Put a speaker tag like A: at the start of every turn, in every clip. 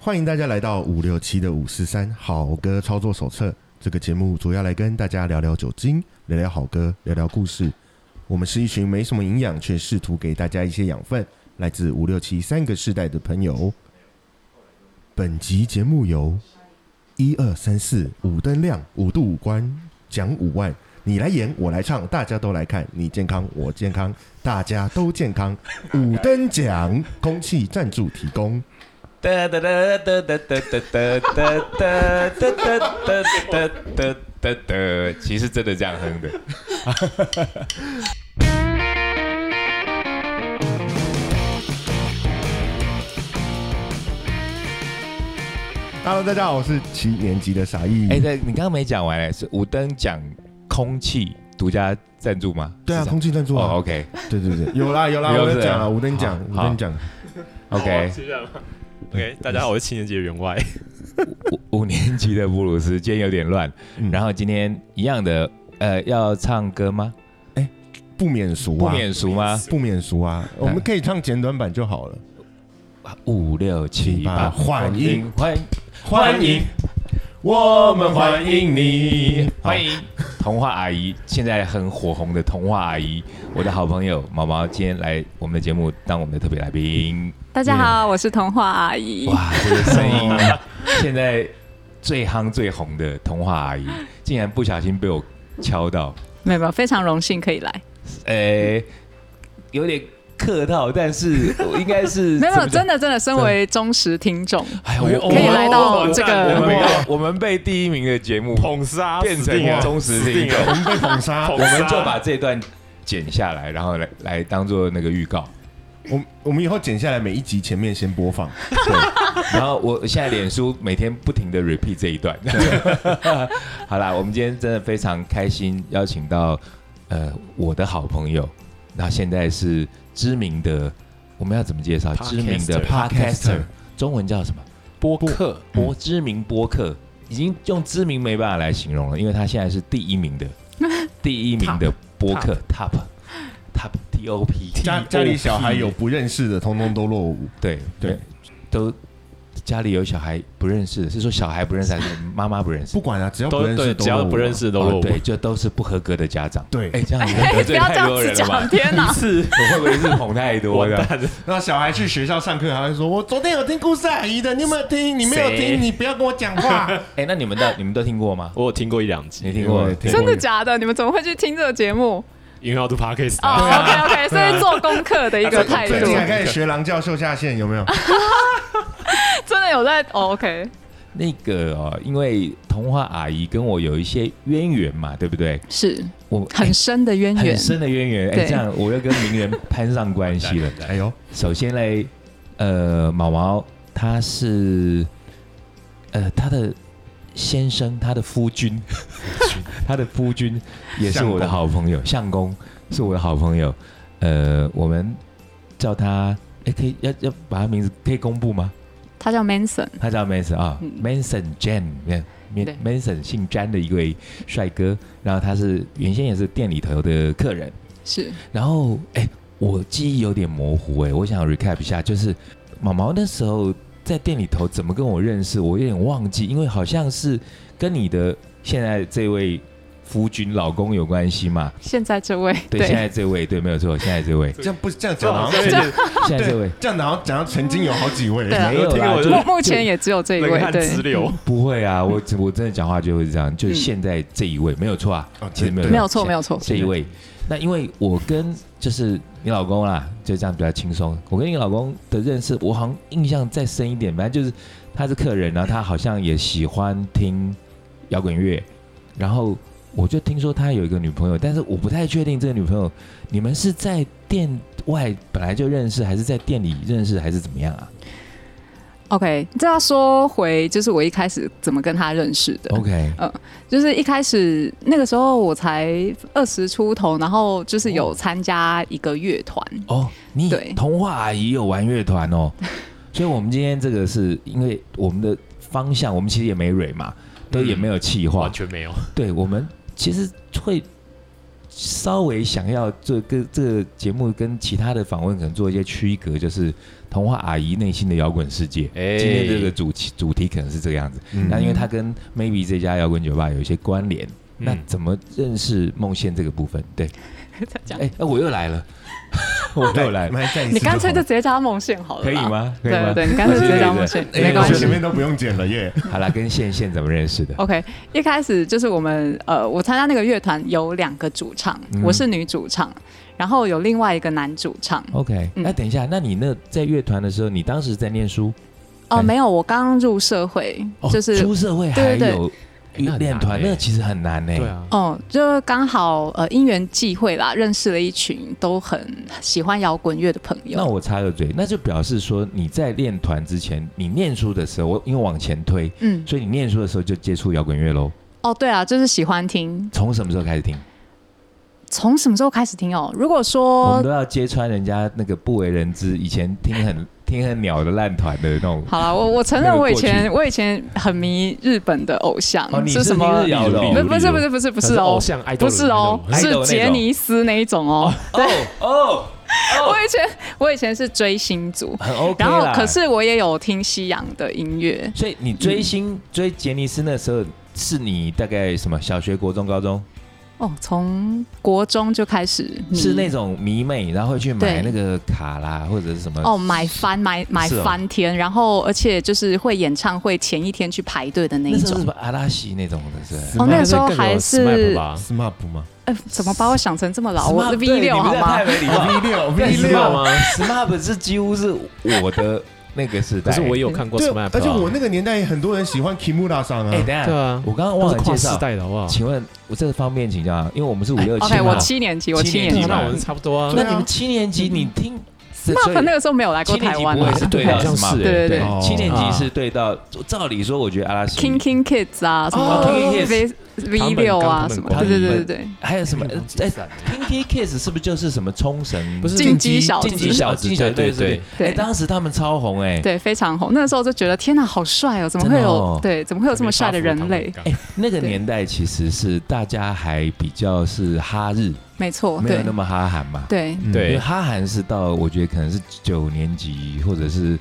A: 欢迎大家来到五六七的五四三好歌操作手册。这个节目主要来跟大家聊聊酒精，聊聊好歌，聊聊故事。我们是一群没什么营养，却试图给大家一些养分，来自五六七三个世代的朋友。本集节目由一二三四五灯亮五度五关讲五万，你来演我来唱，大家都来看，你健康我健康，大家都健康。五灯奖空气赞助提供。
B: 哒哒哒哒哒哒哒哒哒哒哒哒哒哒哒哒，其实真的这样哼的。
A: Hello，大家好，我是七年级的傻义。
B: 哎，对，你刚刚没讲完哎，是五灯奖空气独家赞助吗？
A: 对啊，
B: 是这样
A: 空气赞助
B: 哦
A: 啊，
B: ，OK
A: 对对 对，有啦有啦，
B: 有
A: 我
B: 是
A: 跟你讲了，
B: 啊
A: 我跟你讲，我
B: 好
A: 跟你讲，
B: OK，
C: 是这样吗？OK，大家好，我是七年级的员外。
B: 五五年级的布鲁斯今天有点乱，
A: 嗯
B: 然后今天一样的，呃，要唱歌吗？
A: 不免俗啊，
B: 不免俗吗？
A: 不免俗啊，我们可以唱简短版就好 了。
B: 五六七八，
A: 欢迎
B: 欢迎
A: 欢迎，
B: 我们欢迎你，欢迎童话阿姨，现在很火红的童话阿姨，我的好朋友毛毛今天来我们的节目当我们的特别来宾，
D: 大家好，我是童话阿姨。
B: 哇，这个声 音现在最夯最红的童话阿姨，竟然不小心被我敲到，
D: 没有，没有，非常荣幸可以来。
B: 呃，有点客套，但是我应该是
D: 没有，没有
B: 怎么讲
D: 真的真的，身为忠实听众，
B: 哎，我
D: 可以来到这个
B: 我
C: 我
B: 们
C: 们
B: 被我们被第一名的节目
C: 捧杀，
B: 变
C: 死定
B: 成
C: 了
B: 忠实
C: 死
B: 听
C: 定
B: 众。
C: 了
A: 我们被捧杀，
C: 捧
B: 我们
C: 杀
B: 就把这段剪下来，然后来来当做那个预告。
A: 我我们以后剪下来每一集前面先播放，
B: 然后我现在脸书每天不停的 repeat 这一段。 好啦，我们今天真的非常开心，邀请到呃我的好朋友，那现在是知名的，我们要怎么介绍？
C: Podcaster
B: 知名的 podcaster，中文叫什么？
C: 播客
B: 播知名播客，已经用知名没办法来形容了，因为他现在是第一名的，第一名的播客 top top T O P
A: 家家里小孩有不认识的，通通都落伍。
B: 对
A: 对
B: 对，都家里有小孩不认识的，是说小孩不认识还是妈妈不认识
A: 不？管啊，只要不
C: 都
A: 认识
C: 对，
A: 都
C: 只要
A: 落伍啊
C: 不认，识都落
B: 哦
C: 伍。
B: 对，就都是不合格的家长。
A: 对
B: 哎，这样你
D: 哎
B: 得
D: 不
B: 罪
D: 要
B: 太
D: 这样
B: 多
D: 子
B: 人了吧
D: 讲，？天 哪！
C: 是
B: 我会不会是捧太多
C: 完
B: 的？
C: 蛋了，
A: 那小孩去学校上课还会说：“我昨天有听故事阿姨的，你有没有听？你没有
B: 谁
A: 听，你不要跟我讲 话。
B: 哎，那你们的你们都听过吗？
C: 我有听过一两
B: 你
C: 集，
B: 听过
A: 我？也
B: 听
A: 听
B: 过
D: 真的假的？你们怎么会去听这个节目？
C: 因为要做 podcast
D: 哦、
C: 啊
D: o k OK，所以做功课的一个态度
A: 最，近还
D: 真
A: 开始学狼教授下线，有没 有？
D: 的有在、哦、OK，
B: 那个哦，因为童话阿姨跟我有一些渊源嘛，对不对？
D: 是
B: 我
D: 很深的渊
B: 哎
D: 源
B: 很。深的渊源，哎，
D: 对
B: 这样我又跟名人攀上关系了。
A: 哎呦，
B: 首先嘞，呃，毛毛他是呃他的先生，他的夫君， 他的夫君也是我的好朋友，相公是我的好朋友。呃，我们叫他，哎，可以要要把他名字可以公布吗？
D: 他叫 Manson，
B: 他叫 Manson 啊、
D: 嗯
B: m a n s o n Jan，嗯
D: 对
B: Manson 姓詹的一位帅哥，然后他是原先也是店里头的客人，
D: 是
B: 然后，哎、我记忆有点模糊、哎，我想 recap 一下，就是毛毛那时候在店里头怎么跟我认识，我有点忘记，因为好像是跟你的现在这位夫君老公有关系嘛？
D: 现在这位
B: 对，现在这位， 对，没有错，现在这 啊位，
A: 这样不这样
C: 这
A: 讲
C: 好
A: 好像
C: 像有点
B: 现在这位，
A: 这样好像讲到曾经有好几位。
D: 对啊
B: 没有
C: 听
B: 啦，
C: 我
B: 就
C: 对
D: 目目前也只有这一
C: 冷
D: 位，
C: 汗
D: 对，
C: 直流。
B: 不会啊，我只我真的讲话就会是这样，就是
D: 嗯
B: 现在这一位，没有错啊
A: 哦，
B: 其实没有
D: 没有错，
B: 现
D: 没有错，
B: 这一位。那因为我跟就是你老公啦，就这样比较轻松。我跟你老公的认识，我好像印象再深一点，反正就是他是客人，然啊后他好像也喜欢听摇滚乐，然后我就听说他有一个女朋友，但是我不太确定这个女朋友，你们是在店外本来就认识，还是在店里认识，还是怎么样啊
D: OK，这要说回就是我一开始怎么跟他认识的。
B: ？OK，
D: 就是一开始那个时候我才二十出头，然后就是有参加一个乐团，
B: 哦，你
D: 对
B: 童话阿姨有玩乐团哦，所以我们今天这个是因为我们的方向，我们其实也没蕊嘛，都也没有气化
C: 完，全没有，
B: 对我们其实会稍微想要做跟这个节目跟其他的访问可能做一些区隔，就是童话阿姨内心的摇滚世界。
C: 哎
B: 今天这个主题主题可能是这个样子，
A: 嗯
B: 那因为它跟 Maybe 这家摇滚酒吧有一些关联，那
C: 嗯
B: 怎么认识梦线这个部分？对，
D: 再讲。
B: 哎，那我又来了，我又来了，
A: 来再一次
D: 你干脆就
A: 好
D: 直接叫他梦线好 了，
B: 可以？吗？可以
D: 对
B: 吗？
D: 对，你干脆直接叫梦线，
A: 了
D: 没关
A: 哎
D: 系
A: 前。面都不用剪了耶。
B: 好啦，跟线线怎么认识的？
D: OK，一开始就是我们呃，我参加那个乐团有两个主唱，
B: 嗯
D: 我是女主唱，然后有另外一个男主唱。
B: OK，、
D: 嗯
B: 那等一下，那你那在乐团的时候，你当时在念书，
D: 哦，
B: 哎哦
D: 没有，我刚入社会，就是
B: 出社会还
D: 对哎对对
B: 有
C: 那很
B: 练
C: 难
B: 团，
C: 欸
B: 那其实很难呢、
C: 对啊，
D: 哦，就刚好呃因缘际会啦，认识了一群都很喜欢摇滚乐的朋
B: 那
D: 友。
B: 我插个嘴，那就表示说你在练团之前，你念书的时候，我因为往前推，
D: 嗯，
B: 所以你念书的时候就接触摇滚乐喽。
D: 哦，对啊，就是喜欢听。
B: 从什么时候开始听？
D: 从什么时候开始听哦？如果
B: 我们
D: 说
B: 都要揭穿人家那个不为人知，以前听很听很鸟的烂团的那种。
D: 好了，我我承
B: 那
D: 认
B: 个
D: 我以
B: 过去
D: 前我以前很迷日本的偶像，
B: 哦，你
D: 嗯是
B: 是
D: 什
B: 听
D: 么
B: 日？摇的
D: 不
C: 比如
B: 哦
C: 比如
D: 不是不是不是不
C: 可
D: 是
C: 偶
D: 哦，
C: 像爱豆
D: 不是哦，
B: idol 那
D: 是
B: 种
D: 杰尼斯那一种哦。
B: 哦，
D: 我以前我以前是追星族，
B: 很 OK
D: 然后
B: 啦。
D: 可是我也有听西洋的音乐，
B: 所以你追星、追杰尼斯那时候，是你大概什么小学、国中、高中，
D: 哦，从国中就开始迷
B: 是那种迷妹，然后会去买
D: 对
B: 那个卡啦或者是什么？
D: 哦买翻买买
B: 是哦
D: 翻天，然后而且就是会演唱会前一天去排队的那
B: 那
D: 一
B: 时候是
D: 种
B: 什。么阿拉西那种的是不是？
D: 哦，那个时候还
C: SMAP
D: 是
C: 吧
A: SMAP 吗
D: 哎，怎么把我想成这么 老？
B: Smart-
D: 我的 V
B: 对
D: 六
B: 你
D: 好
B: 们这
D: 吗
B: 太？没礼貌。
A: ？V 六 V
B: V
A: 六
B: 六
A: 吗？
B: 吗？SMAP 是几乎是我的那个时代。
C: 可是我也有看过
A: 对
C: SMAP，啊，
A: 而且我那个年代很多人喜欢 Kimura 上
B: 哎，
A: 啊
B: 等。一
C: 对
B: 下，
C: 啊，
B: 我刚刚
C: 我
B: 忘
C: 是
B: 了
C: 跨
B: 介
C: 世
B: 绍，
C: 代的好不好？
B: 请问我这个方面请教啊，因为我们是五六七
D: OK，
B: 嘛
D: 我。七年级，我
B: 七
D: 七
B: 年
D: 年
B: 级
D: 级
C: 对啊
B: 嘛。
C: 那我是差不多啊
A: 对，啊
B: 那你们七年级你听是所以
D: ，Map 那个时候没有来过
B: 七年
D: 台
B: 级
D: 湾
B: 不
D: 啊
B: 会是对到
C: 好像是
B: SMAP
D: 对对对
A: 哦
B: 七年级
C: 啊
B: 是对到，照理说我觉得阿拉西
D: ，King King Kids 啊，什么
B: 哦 King
D: V V 六啊，什么，
B: 他
D: 对
B: 们他
D: 对对对
B: 们
D: 对，
B: 还有什么？呃哎，Pinky Kiss 是不是就是什么冲绳？
C: 不是
D: 进击小
B: 晋级
D: 子
B: 小
C: 子
B: 晋级小
C: 对
B: 队
C: 对
B: 是不是
C: 对
B: 哎，
D: 对
B: 当时他们超红哎。
D: 对，非常红。那个时候就觉得天哪，好帅哦！怎么
B: 真的
D: 会有、
B: 哦
D: 对？怎么会有这么帅的人类？
B: 哎，那个年代其实是大家还比较是哈日，
D: 没错，
B: 没有
D: 哦对
B: 那么哈韩嘛。
D: 对
A: 嗯
B: 因为
C: 对
B: 哈韩是到我觉得可能是九年级或者是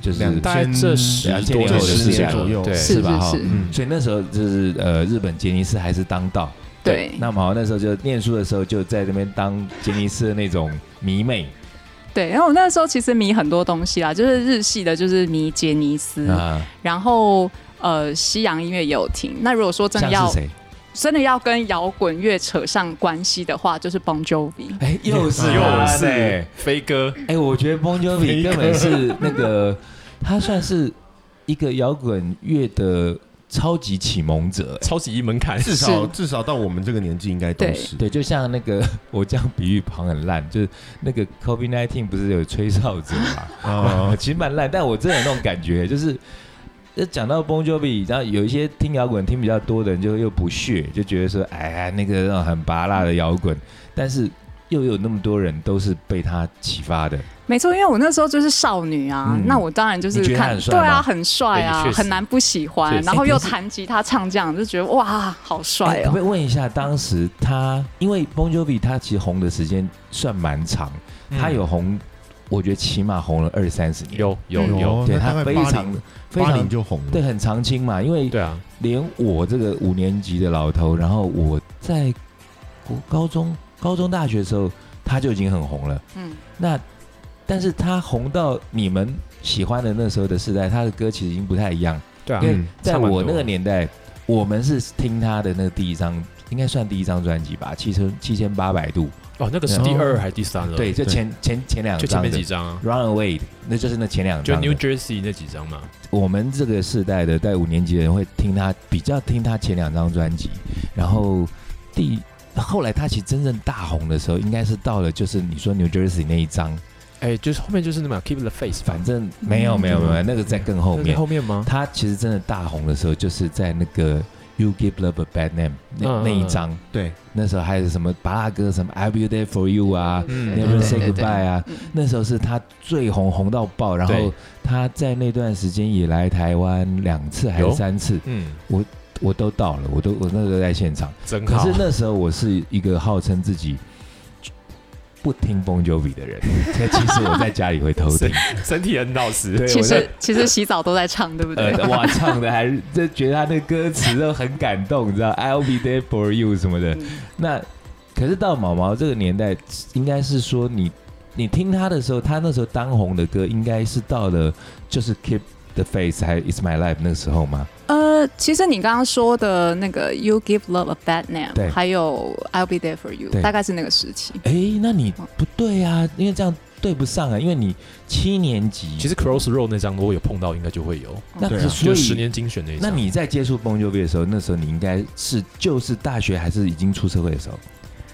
B: 就是
A: 两代
C: 大概这十多年的事情了
A: 这十年左右
C: 对，
D: 是
B: 是吧？哈
D: 是，
A: 嗯，
B: 所以那时候就是呃，日本杰尼斯还是当道。
D: 对
B: 那么好，那时候就念书的时候就在那边当杰尼斯的那种迷妹
D: 对。然后我那个时候其实迷很多东西啦，就是日系的，就是迷杰尼斯，
B: 啊，
D: 然后呃西洋音乐也有听。那如果说真的
B: 像
D: 要
B: 是谁？
D: 真的要跟摇滚乐扯上关系的话，就是 Bon Jovi。
B: 哎，又是
C: 又
B: 他
C: 是
B: 嘞
C: 飞哥，
B: 哎，我觉得 Bon Jovi
A: 飞哥
B: 根本是那个，他算是一个摇滚乐的超级启蒙者。哎
C: 超级一门槛，
A: 至少至少到我们这个年纪应该都
D: 对
A: 是。
B: 对，就像那个 我这样比喻旁很烂，就是那个 COVID 1 9不是有吹哨者嘛？
A: 啊，
B: 其实蛮烂，但我真的有那种感觉，就是呃讲到 Bon Jovi，然后有一些听摇滚听比较多的人就又不屑，就觉得说，哎呀，那个那种很拔辣的摇滚，但是又有那么多人都是被他启发的，
D: 没错，因为我那时候就是少女啊，
B: 嗯
D: 那我当然就是
B: 你觉得他
D: 看
B: 很帅
D: 对
B: 吗
D: 啊，很帅啊
C: 对确，实
D: 很难不喜欢
C: 确。实
D: 然后
B: 哎
D: 又
B: 可是
D: 弹吉他唱这样，就觉得哇，好帅
B: 哎可不
D: 哦。
B: 可以问一下，当时他因为 Bon Jovi 他其实红的时间算蛮长，
A: 嗯
B: 他有红，我觉得起码红了二三十年，
C: 有有
D: 嗯
C: 有，
B: 对
A: 哦那大
B: 他
A: 概
B: 非
A: 八
B: 常
A: 零
B: 非
A: 八零
B: 常
A: 就红了。
B: 对很长青嘛，因为
C: 对啊，
B: 连我这个五年级的老头，然后我在国高中、高中、大学的时候，他就已经很红了。
D: 嗯，
B: 那但是他红到你们喜欢的那时候的时代，他的歌其实已经不太一样。
C: 对啊
B: 因，为
A: 嗯
B: 在
C: 差蛮多
B: 我那个年代，我们是听他的那个第一张，应该算第一张专辑吧，《七千七千八百度
C: 哦，那个是第二还是第三了？》。
B: 对，就
A: 对
B: 前前前两
C: 就前
B: 张
C: 面
B: 的
C: 几
B: 《
C: 张啊，
B: Run Away》，那就是那前两
C: 就
B: 张的。
C: New Jersey 那几张嘛，
B: 我们这个世代的在五年级的人会听他比较听他前两张专辑，然后第后来他其实真正大红的时候，应该是到了就是你说 New Jersey 那一张，
C: 哎，就是后面就是那嘛 Keep the Face，
B: 反正没有没有没有，那个在更后
C: 那是
B: 面。
C: 后面吗？
B: 他其实真的大红的时候，就是在那个 You Give Love a Bad Name 那、
C: 嗯嗯嗯
B: 那一张，
A: 对，
B: 那时候还有什么巴拉歌什么 I'll Be There for You 啊
C: 嗯
D: 对
B: ，Never
D: 对
B: Say
D: 对对对
B: Goodbye 啊，
D: 嗯
B: 那时候是他最红红到爆，然后
C: 对
B: 他在那段时间也来台湾两次还是
C: 有
B: 三次。
C: 嗯，
B: 我都到了，我都我那时候在现场。
C: 真
B: 可
C: 好啊
B: 是。那时候我是一个号称自己不听风九比的人， 可其实我在家里会偷听。
C: 身体很老实，
B: 对
D: 其
B: 我在
D: 实其实洗澡都在唱，对不 对？
B: 呃，哇，唱的还是就觉得他那歌词都很感动，你知道，I'll be there for you 什么的。
D: 嗯
B: 那可是到毛毛这个年代，应该是说你你听他的时候，他那时候当红的歌，应该是到了就是 Keep the Face 还有 It's My Life 那个时候吗？
D: 呃，其实你刚刚说的那个 “You Give Love a Bad
B: 对
D: Name”，还有 “I'll Be There for You”，
B: 对
D: 大概是那个时期。
B: 哎、那你不对啊，因为这样对不上啊，因为你七年级，
C: 其实 Crossroad 那张如果有碰到，应该就会有，
B: 那
A: 对啊
B: 可所
C: 就十
B: 以。
C: 年精选那一
B: 那
C: 张。
B: 你在接触 Bon Jovi 的时候，那时候你应该是就是大学还是已经出社会的时候？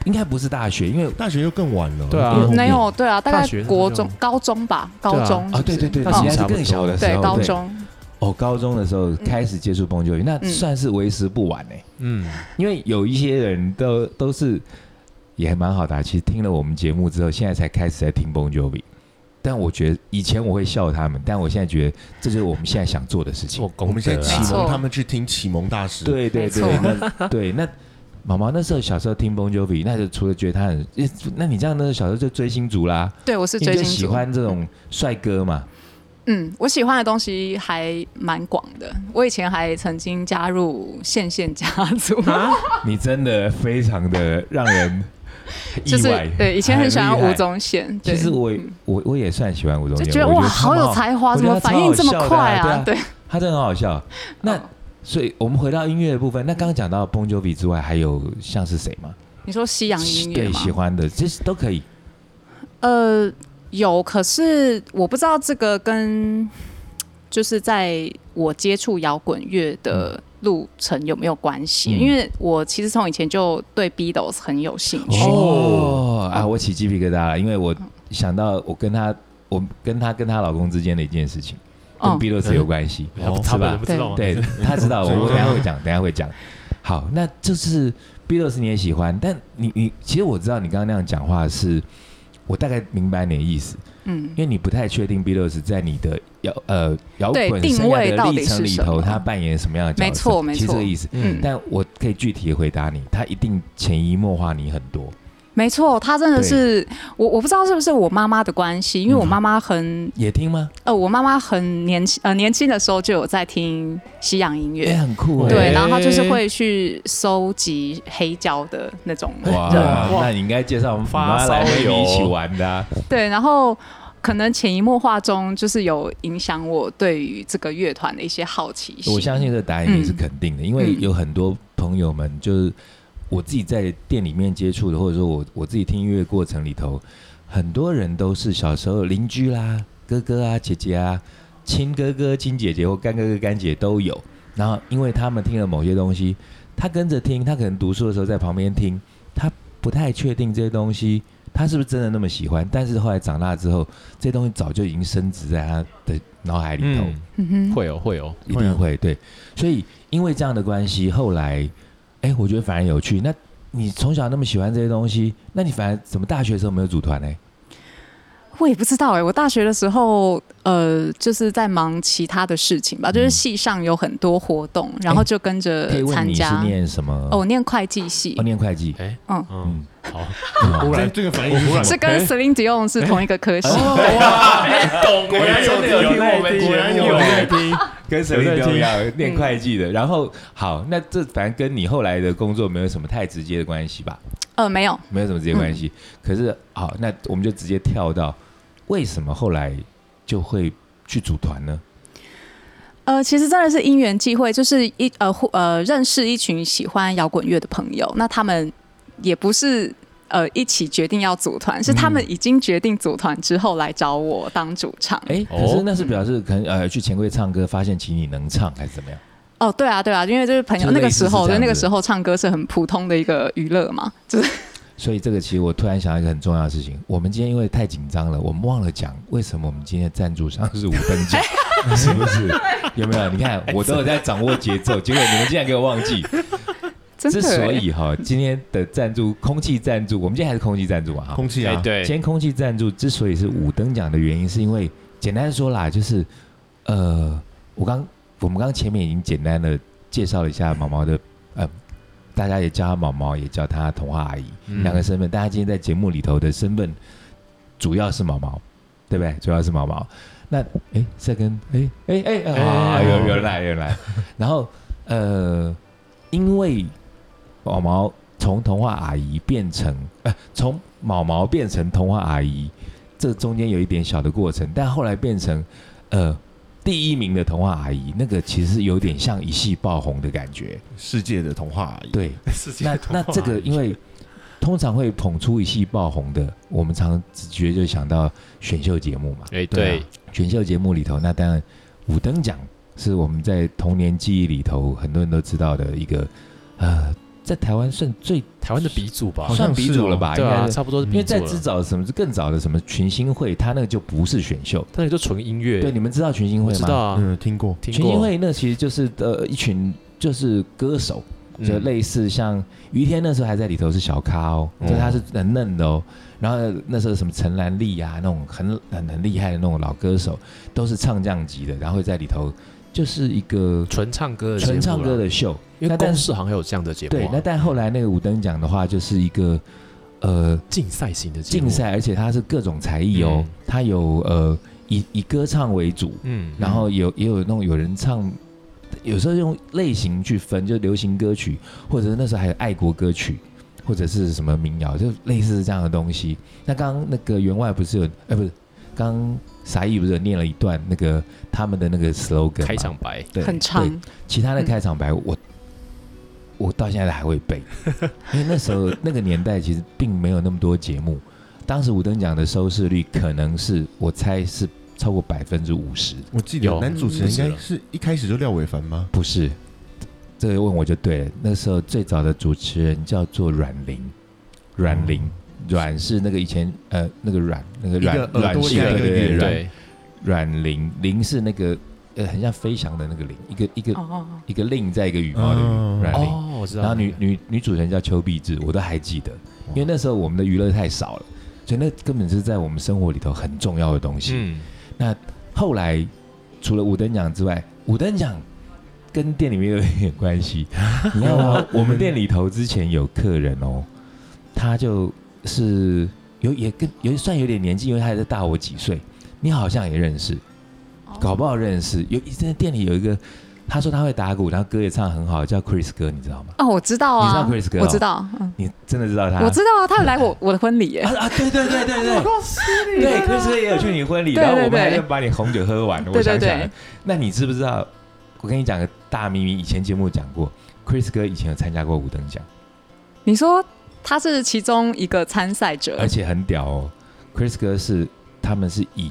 B: 应该不是大学，因为
A: 大学又更晚了，
C: 对啊
B: 因为
D: 没有，对啊，大
C: 大
D: 概
C: 学那
D: 国
C: 就
D: 中、高中吧，高中
B: 啊，
D: 是不
B: 对
D: 是
B: 对对，
C: 那
D: 嗯
B: 你应该
C: 其实
B: 是
C: 差不
B: 更小
C: 多
B: 的时
D: 对
B: 候，
D: 高中，
B: 哦，高中的时候开始接触 Bon Jovi，、那
D: 嗯
B: 算是为时不晚呢、欸
C: 嗯，
B: 因为有一些人都都是也还蛮好的啊、其实听了我们节目之后，现在才开始在听 Bon Jovi。但我觉得以前我会笑他们，但我现在觉得这就是我们现在想做的事情
C: 做。
A: 我
C: 功
A: 们
C: 德
A: 现在启
D: 没错
A: 蒙他们去听启蒙大师，，
B: 啊对对
D: 没
B: 对
D: 错，
B: 那对那毛毛那时候小时候听 Bon Jovi，那就除了觉得他很，诶那你这样那时候小时候就追星族啦，
D: 对我是
B: 因为
D: 追
B: 就
D: 星族
B: 喜欢这种帅哥嘛。
D: 嗯，我喜欢的东西还蛮广的。我以前还曾经加入线线家族，
B: 你真的非常的让人意
D: 就是
B: 外。
D: 对以前很喜欢
B: 很厉害
D: 吴宗宪，对
B: 其实我也我我也算喜欢吴宗
D: 就
B: 宪，
D: 觉得
B: 我
D: 哇，
B: 他
D: 好
B: 蛮
D: 有才华，
B: 我觉
D: 怎
B: 得
D: 么
B: 他
D: 反
B: 超
D: 应
B: 好
D: 这么
B: 笑的
D: 快
B: 啊？对
D: 对
B: 啊，他真的很好笑。那
D: 哦
B: 所以我们回到音乐的部分，那刚刚讲到 Bon Jovi 之外，还有像是谁吗？
D: 你说西洋音乐
B: 对，
D: 吗
B: 喜？欢的其实都可以。
D: 呃，有，可是我不知道这个跟就是在我接触摇滚乐的路程有没有关系，
B: 嗯
D: 因为我其实从以前就对 Beatles 很有兴趣。
B: 哦啊，我起鸡皮疙瘩了，因为我想到我跟他，我跟他跟她老公之间的一件事情，跟
D: 嗯
B: Beatles 有关系，
C: 哦
B: 是
C: 他
B: 吧
C: 们不知道吗？
B: 对他知道，
A: 所以
B: 我我等一下会讲，等一下会讲。好，那就是 Beatles 你也喜欢，但你你其实我知道你刚刚那样讲话是，我大概明白你的意思，
D: 嗯
B: 因为你不太确定 Beatles 在你的摇呃摇
D: 对
B: 滚
D: 定
B: 生涯
D: 位
B: 的
D: 到
B: 历
D: 底
B: 程
D: 是
B: 里
D: 什
B: 头，
D: 么
B: 他扮演什么样的角色？
D: 没错没
B: 其实这
D: 错
B: 个意思。
D: 嗯，
B: 但我可以具体地回答你，他一定潜移默化你很多。
D: 没错，他真的是我，我不知道是不是我妈妈的关系，因为我
B: 嗯
D: 妈妈很
B: 也听吗？
D: 呃，我妈妈很年轻呃年轻的时候就有在听西洋音
B: 也
D: 乐，
B: 很酷哎。
D: 对，
C: 欸
D: 然后她就是会去收集黑胶的那种
B: 哇
D: 人，
C: 哇
B: 那你应该介绍我们
C: 发
B: 妈来
C: 烧
B: 跟你
C: 友
B: 一起玩的啊。
D: 对，然后可能潜移默化中就是有影响我对于这个乐团的一些好奇心。
B: 我相信这个答案也是肯定的，因为有很多朋友们，就是我自己在店里面接触的，或者说我我自己听音乐过程里头，很多人都是小时候邻居啦、哥哥啊、姐姐啊、亲哥哥、亲姐姐或干哥哥、干姐都有。然后因为他们听了某些东西，他跟着听，他可能读书的时候在旁边听，他不太确定这些东西。他是不是真的那么喜欢？但是后来长大之后，这些东西早就已经升值在他的脑海里头。
C: 嗯，
D: 嗯哼，
C: 会哦，会哦，
B: 一定会对，所以因为这样的关系，后来，哎，我觉得反而有趣。那你从小那么喜欢这些东西，那你反而怎么大学的时候没有组团呢？
D: 我也不知道哎、我大学的时候，呃，就是在忙其他的事情吧，就是系上有很多活动，然后就跟着
B: 嗯哎可以问
D: 呃参
B: 你是
D: 加。
B: 念什么？
D: 哦，我念会计系
B: 哦，，念会计。
C: 哎，
D: 嗯
C: 嗯，好，
A: 忽
B: 啊
C: 忽
A: 然
C: 然
A: 这个反应是什么
D: 是跟 Celine Dion 是同一个科系。
B: 哦
C: 懂，果
B: 然有有在听
C: 果然有
B: 有在
C: 在听，
B: 跟
C: 谁都一
B: 样，
D: 念会
B: 计的。然后好，那这反正跟你后来的工作没有什么太直接的关系吧？
D: 呃，没有，
B: 没有什么直接关系。
D: 嗯
B: 可是好，那我们就直接跳到为什么后来就会去组团呢？
D: 呃，其实真的是因缘际会，就是一呃互呃认识一群喜欢摇滚乐的朋友，那他们也不是。呃，一起决定要组团，是他们已经决定组团之后来找我当主唱。
B: 哎，
C: 哦
B: 可是那是表示可能呃去钱柜唱歌，发现其实你能唱还是怎么样？
D: 哦，对啊，对啊，因为就是朋友
B: 就
D: 那个
B: 类似
D: 时候，
B: 是这样子
D: 就那个时候唱歌是很普通的一个娱乐嘛，就是
B: 所以这个其实我突然想到一个很重要的事情，我们今天因为太紧张了，我们忘了讲为什么我们今天的赞助商是五分钟，是不是？有没有？你看我都有在掌握节奏，结果你们竟然给我忘记。
D: 真的
B: 之
D: 欸。
B: 所以哈，今天的赞助空气赞助，我们今天还是空气赞助嘛哈。
A: 空气
C: 哎
A: 啊，，
C: 对
B: 今，天空气赞助之所以是五等奖的原因，是因为简单说啦，就是呃，我刚我们刚前面已经简单的介绍了一下毛毛的，呃，大家也叫她毛毛，也叫她童话阿姨，
C: 嗯
B: 两个身份。大家今天在节目里头的身份主要是毛毛，对不对？主要是毛毛。那哎，这跟哎哎哎
C: 哎
B: 啊，
C: 哎
B: 有有来有来。 然后呃，因为毛毛从童话阿姨变成呃，从毛毛变成童话阿姨，这中间有一点小的过程，但后来变成呃第一名的童话阿姨，那个其实有点像一系爆红的感觉。
A: 世界的童话而已。
B: 对，
C: 世界
B: 那
C: 童
B: 那
C: 话
B: 这个因为通常会捧出一系爆红的，我们常直觉就想到选秀节目嘛。
C: 哎
B: 啊
C: 对，
B: 选秀节目里头，那当然五等奖是我们在童年记忆里头很多人都知道的一个，呃，在台湾算最
C: 台湾的鼻祖吧
A: 好，像
B: 算鼻祖
A: 是哦
B: 了吧？
C: 对
B: 应
C: 啊，
B: 该是
C: 差不多是
B: 因
C: 鼻
B: 为在
C: 祖
B: 之
C: 了。
B: 早什么更早的什么群星会，它那个就不是选秀。
C: 但也就纯音乐，
B: 对，你们知道群星会
C: 我
B: 吗？
C: 知道啊，
A: 嗯，听过。
C: 听
B: 群星
C: 过，
B: 会那其实就是呃一群就是歌手，就
C: 嗯
B: 类似像于天那时候还在里头是小咖哦，
A: 嗯
B: 就他是很嫩的哦。然后那时候什么陈兰丽啊，那种很很很厉害的那种老歌手，都是唱将级的，然后会在里头就是一个
C: 纯唱歌的节目
B: 纯
C: 啦
B: 唱歌，的秀。
C: 因
B: 那
C: 为
B: 但
C: 公
B: 是
C: 视好像有这样的节目
B: 对
C: 啊，，
B: 那但后来那个五等奖的话，就是一个呃
C: 竞赛型的节目
B: 竞，赛，而且它是各种才艺哦
C: 嗯，
B: 它有呃以以歌唱为主，
C: 嗯，
B: 然后有也有那种有人唱，有时候用类型去分，就流行歌曲，或者是那时候还有爱国歌曲，或者是什么民谣，就类似这样的东西。那刚刚那个员外不是有，呃，不是，刚刚傻义不是有念了一段那个他们的那个 slogan 吗
C: 开场白，
B: 对
D: 很
B: 对
D: 长，嗯
B: 其他的开场白我、我到现在还会 背，因为那时候那个年代其实并没有那么多节目，当时五等奖的收视率可能是我猜是超过百分之五十，
A: 我记得
C: 有
A: 男主持人应
C: 嗯
A: 该是一开始就廖伟凡吗？
B: 不是。这个问我就对了，那时候最早的主持人叫做阮玲，阮玲。阮是那个以前呃那个阮那个
A: 哦一个
B: 阮
A: 耳朵
B: 阮系
A: 加
B: 的
A: 一个
B: 对对
A: 月
B: 对阮
C: 对，
B: 阮玲玲是那个呃很像飞翔的那个玲，一个一个、
D: 哦哦，
B: 一个令在一个羽毛的
A: 哦
B: 羽阮玲，
C: 哦，我知道，
B: 然后女
C: 那个
B: 女女主持人叫邱碧芝，我都还记得，
A: 嗯
B: 因为那时候我们的娱乐太少了，所以那根本是在我们生活里头很重要的东西。
C: 嗯，
B: 后来除了五等奖之外，五等奖跟店里面有一点关系，你知道吗？我们店里头之前有客人哦，他就是有也跟有算有点年纪，因为他还是大我几岁，你好像也认识，
D: 哦
B: 搞不好认识。有一在店里有一个，他说他会打鼓，然后歌也唱得很好，叫 Chris 哥，你知道吗？
D: 哦，我知道啊，
B: 你知道 Chris 哥哦
D: 我知道，嗯，
B: 你真的知道他？
D: 我知道啊，他有 来我我的婚礼耶，
B: 啊啊！对对对对对，对，Chris 哥也有去你婚礼，
D: 对
B: 然后我
D: 对
B: 们还
D: 对
B: 要把你红酒喝完。我
D: 对
B: 想
D: 对
B: 起来
D: 对
B: 了，，那你知不知道？我跟你讲个大秘密，以前节目讲过，Chris 哥以前有参加过五等奖，
D: 你说他是其中一个参赛者
B: 而，且很屌哦。Chris 哥是他们是以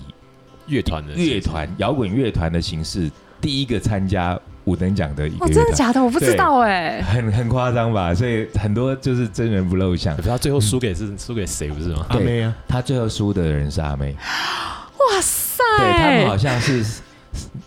C: 乐团的
B: 乐团摇滚乐团的形式第一个参加五等奖的一个
D: 哦，
B: 乐
D: 真的
B: 团，
D: 假的？我不知道哎，
B: 很很夸张吧？所以很多就是真人不露 相
C: 可。是他最后输给是输给谁不是吗？
A: 阿妹啊，
B: 他最后输的人是阿妹，
D: 哇塞，
B: 对他们好像是是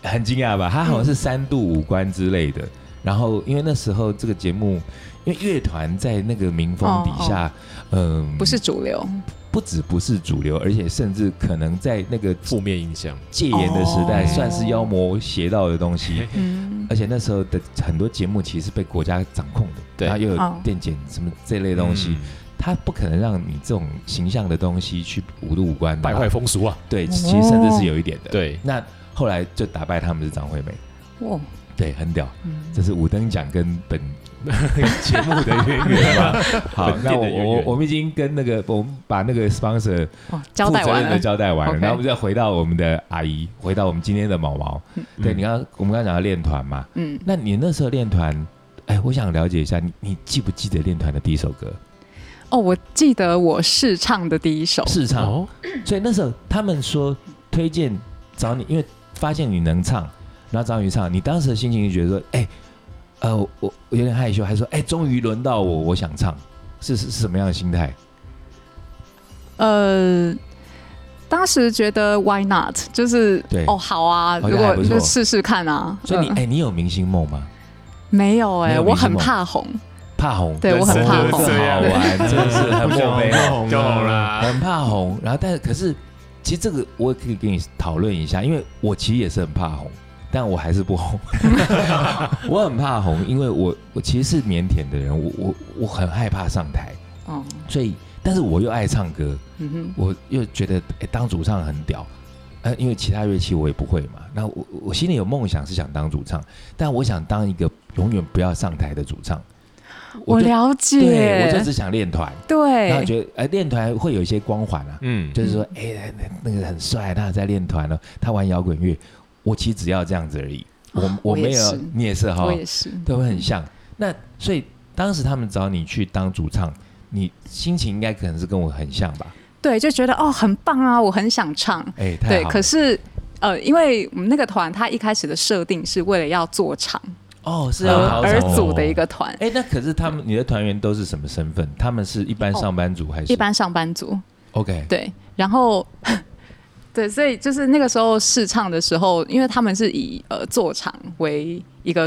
B: 很惊讶吧？他好像是三度五关之类的。然后因为那时候这个节目，因为乐团在那个民风底下，嗯、
D: 哦不是主流，
B: 不止不是主流，而且甚至可能在那个
C: 负面 影响，
B: 戒严的时代，
D: 哦
B: 算是妖魔邪道的东西。
D: 嗯，
B: 而且那时候的很多节目其实是被国家掌控的，
C: 对
B: 然后又有
D: 哦
B: 电检什么这类东西，
C: 嗯
B: 他不可能让你这种形象的东西去五路五关的
C: 败坏
B: 嘛。
C: 风俗啊，
B: 对，
D: 哦
B: 其实甚至是有一点的。，
C: 对，
B: 那后来就打败他们是张惠妹，
D: 哇，
B: 对，很屌。
D: 嗯
B: 这是五等奖跟本节目的渊源嘛？好，
C: 本
B: 那
C: 店
B: 我
C: 的渊
B: 我
C: 源
B: 我们已经跟那个我们把那个 sponsor
D: 哇，交代
B: 负责
D: 完
B: 任的
D: 了，
B: 交代完了，
D: OK
B: 然后我们再回到我们的阿姨，回到我们今天的毛毛。对，你刚刚我们刚刚讲到练团嘛，
D: 嗯，
B: 那你那时候练团，哎，我想了解一下，你你记不记得练团的第一首歌
D: 哦，我记得我试唱的第一首，
B: 试唱？
C: 哦，
B: 所以那时候他们说推荐找你，因为发现你能唱，然后找你唱，你当时的心情就觉得说，哎，呃，我我有点害羞，还说，哎，终于轮到我，我想唱，是是是什么样的心态？
D: 呃，当时觉得 why not，就是
B: 对
D: 哦好啊，
B: 好像
D: 如
B: 还
D: 果
B: 不错
D: 就试试看啊。
B: 所以你
D: 嗯
B: 哎，你有明星梦吗？
D: 没有
B: 没
D: 哎，
B: 有
D: 我
B: 明星
D: 很
B: 梦
D: 怕红，
B: 怕红，
D: 对我很怕
B: 真的
D: 红
B: 是好玩，真的是
A: 不
B: 很莫
A: 想
B: 名。
A: 红啊
C: 就红啦，
B: 很怕红，然后但是可是，其实这个我也可以跟你讨论一下，因为我其实也是很怕红，但我还是不红， 我很怕红，因为我我其实是腼腆的人，我我我很害怕上台，
D: 哦，
B: 所以但是我又爱唱歌，
D: 嗯哼，
B: 我又觉得哎、当主唱很屌，呃，因为其他乐器我也不会嘛。那我我心里有梦想是想当主唱，但我想当一个永远不要上台的主唱。
D: 我
B: 就
D: 了
B: 对，我就
D: 解，
B: 只想练团，然后
D: 对，
B: 觉得哎练团会有一些光环啊，
C: 嗯，
B: 就是说哎、那那个很帅，他在练团了，他玩摇滚乐，我其实只要这样子而已。我
D: 啊
B: 我没
D: 也
B: 有
D: 是，
B: 你也是哈
D: 我，也是，
B: 对，会很像。那所以当时他们找你去当主唱，你心情应该可能是跟我很像吧？
D: 对，就觉得哦，很棒啊，我很想唱，
B: 哎，太
D: 对，
B: 好
D: 可
B: 了
D: 是。呃，因为我们那个团，它一开始的设定是为了要做场
B: 哦，是
D: 而
B: 要跑
D: 而
B: 走
D: 呃组的一个团，
B: 哎、那可是他们你的团员都是什么身份？他们是一般上班族还是？
D: 哦一般上班族。
B: OK，
D: 对，然后 对，所以就是那个时候试唱的时候，因为他们是以呃做场为一个。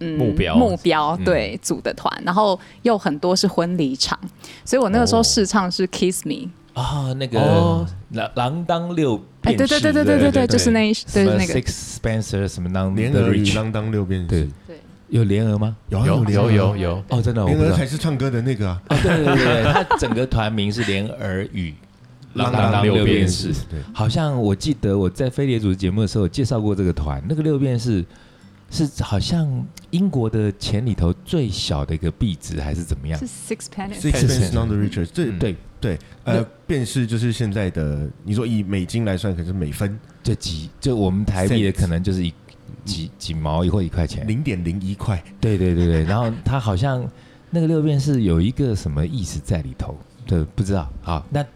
D: 嗯
C: 目标
D: 目标
B: 嗯
D: 对组的团，然后又很多是婚礼场，所以我那个时候
B: 哦
D: 试唱是《Kiss Me》，
B: 啊、那个
C: 哦
B: 郎郎当六
D: 哎，
B: 便士，
D: 对对对对对
B: 对
D: 对
B: 对
D: 对，就是那一
B: 什
D: 对
B: 么
D: 那个
B: Six Spencer 什么当
A: 联合与
B: The Rich
A: 当当六便
B: 对
A: 士，
D: 对
B: 哦有联合吗？
A: 有啊
C: 有
A: 联合
C: 有有有，
B: 哦，真的，我
A: 联
B: 不知
A: 合
B: 道。
A: 才是唱歌的那个啊，
B: 哦，对对对 对，对他整个团名是联合与
C: 郎
B: 当
C: 当
B: 六
C: 六
B: 便
C: 便
B: 士
C: 士。
A: 对，
B: 好像我记得我在飞碟组的节目的时候有介绍过这个团，那个六便是是好像英国的钱里头最小的一个币值还是怎么样
D: 是？Six Pennies，
A: 是 Expense
B: Expense
A: None the Richer，这
C: 嗯
B: 对，
A: 对
B: 那
A: 呃便士就是现在的，你说以美金来算，可能是美分
B: 就几就我们台币的
A: Cents
B: 可能就是一几几毛一或一块钱。
A: 零点零一块，
B: 对对对对，然后它好像那个六便是有一个什么意思在里头，对，不知道。好，那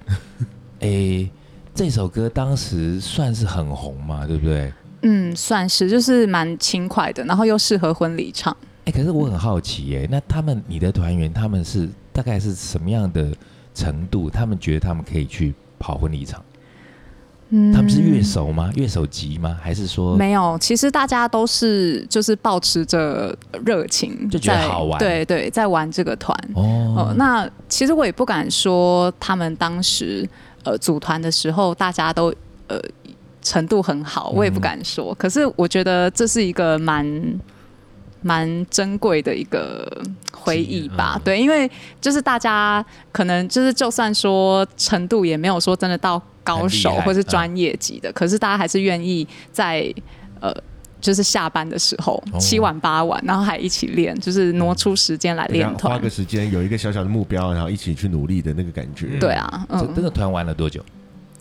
B: 诶、这首歌当时算是很红嘛，对不对？
D: 嗯，算是就是蛮轻快的，然后又适合婚礼唱。
B: 哎、可是我很好奇、耶，那他们你的团员他们是大概是什么样的程度？他们觉得他们可以去跑婚礼场？
D: 嗯，
B: 他们是乐手吗？乐手级吗？还是说
D: 没有，其实大家都是就是保持着热情，
B: 就觉得
D: 在
B: 好玩
D: 对对，在玩这个团。哦
B: 哦，？
D: 那其实我也不敢说他们当时呃组团的时候大家都呃程度很好，
B: 嗯
D: 我也不敢说。可是我觉得这是一个蛮蛮珍贵的一个回忆吧，
C: 嗯
D: 对，因为就是大家可能就是就算说程度也没有说真的到高手
B: 很厉害嗯
D: 或是专业级的，可是大家还是愿意在呃。就是下班的时候，
B: 哦
D: 七晚八晚，然后还一起练，就是挪出时间来练
A: 大家
D: 团。
A: 花个时间有一个小小的目标，然后一起去努力的那个感觉。
D: 对啊，
B: 这这
D: 嗯，
B: 个团玩了多久？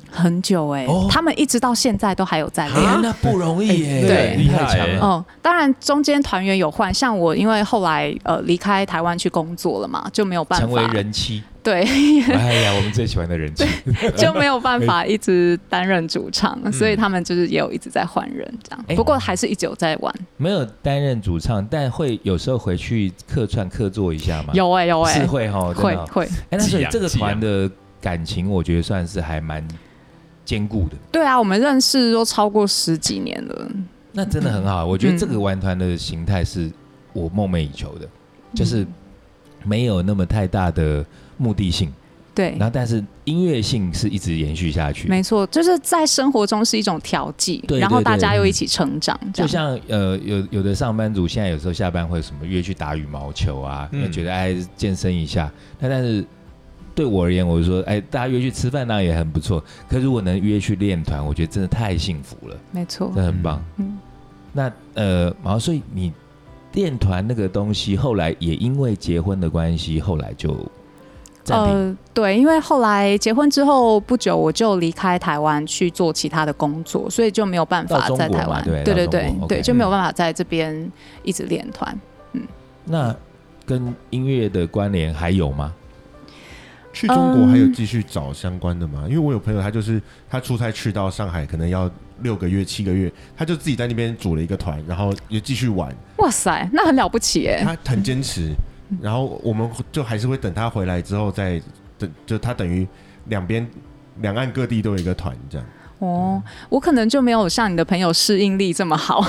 D: 很久哎、
B: 哦
D: 他们一直到现在都还有在
B: 啊，
D: 练。
B: 那不容易耶，
D: 哎对
B: 你太强
C: 厉害
B: 了。
D: 哦，当然中间团员有换，像我，因为后来呃离开台湾去工作了嘛，就没有办
B: 成为
D: 法，
B: 人妻，
D: 对，
B: 哎呀，我们最喜欢的人妻。
D: 就没有办法一直担任主唱，所以他们就是也有一直在换人这样
B: 嗯哎。
D: 不过还是一直有在玩，
B: 没有担任主唱，但会有时候回去客串客座一下嘛。
D: 有哎、有哎、
B: 是会哈，真
D: 会
B: 的哦。
D: 会，
B: 哎，那所以
C: 寄养
B: 这个
C: 寄养
B: 团的感情，我觉得算是还蛮坚固的。
D: 对啊，我们认识都超过十几年了，
B: 那真的很好，啊我觉得
D: 嗯
B: 这个玩团的形态是我梦寐以求的，就是
D: 嗯
B: 没有那么太大的目的性，
D: 对
B: 然，后但是音乐性是一直延续下去。
D: 没错，就是在生活中是一种调剂，
B: 对
D: 然后
B: 对
D: 大
B: 对
D: 家又
B: 嗯
D: 一起成长，这
B: 就
D: 样。
B: 像呃，有有的上班族现在有时候下班会什么约去打羽毛球啊，
C: 嗯
B: 觉得哎健身一下。那但是对我而言，我就说哎，大家约去吃饭那也很不错。可如果能约去练团，我觉得真的太幸福了，
D: 没错
B: 真，的很棒。
D: 嗯，
B: 那呃，毛，所以你练团那个东西，后来也因为结婚的关系，后来就暂停。
D: 呃，对，因为后来结婚之后不久，我就离开台湾去做其其他的工作，所以就没有办
B: 到
D: 法
B: 中
D: 在
B: 国
D: 台
B: 嘛
D: 湾，
B: 对
D: 对对
B: 到
D: 对
B: 中国
D: 对
B: OK，
D: 就没有办法在这边一直练团。
B: 那跟音乐的关联还有吗？
A: 去中国还有
D: 嗯
A: 继续找相关的吗？因为我有朋友，他就是他出差去到上海，可能要六个月、七个月，他就自己在那边组了一个团，然后也继续玩，
D: 哇塞，那很了不起耶！
A: 他很坚持。然后我们就还是会等他回来之后再等，就他等于两边两岸各地都有一个团这样。
D: 哦，我可能就没有像你的朋友适应力这么好，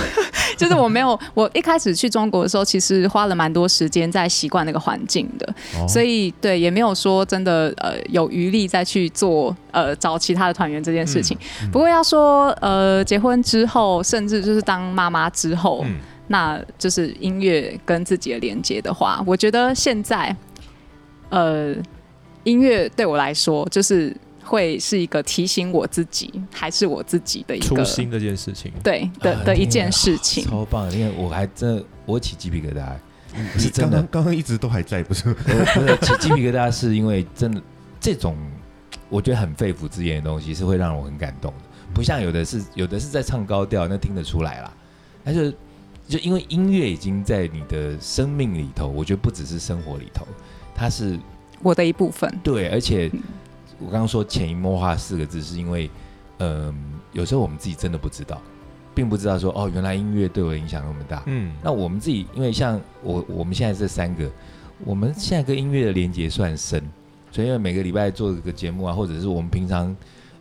D: 就是我没有，我一开始去中国的时候，其实花了蛮多时间在习惯那个环境的，
A: 哦
D: 所以对也没有说真的呃有余力再去做呃找其他的团员这件事情。不过要说呃结婚之后，甚至就是当妈妈之后，
C: 嗯
D: 那就是音乐跟自己的连接的话，我觉得现在呃音乐对我来说就是。会是一个提醒我自己，还是我自己的一
C: 初
D: 个
C: 心这件事情，
D: 对的
B: 啊
D: 的一
B: 天
D: 件
B: 啊
D: 事情。
B: 超棒！因为我还真的我起鸡皮疙瘩，是哎真
A: 刚
B: 的
A: 刚，刚刚一直都还在，不是？
B: 我真的起呃鸡皮疙瘩，是因为真的这种我觉得很肺腑之言的东西是会让我很感动的，不像有的是有的是在唱高调，那听得出来啦，但是就因为音乐已经在你的生命里头，我觉得不只是生活里头，它是
D: 我的一部分。
B: 对，而且
D: 嗯
B: 我刚刚说潜移默化四个字，是因为，嗯、有时候我们自己真的不知道，并不知道说哦，原来音乐对我的影响那么大。
C: 嗯，
B: 那我们自己，因为像我我们现在这三个，我们现在跟音乐的连接算深，所以因为每个礼拜做个节目啊，或者是我们平常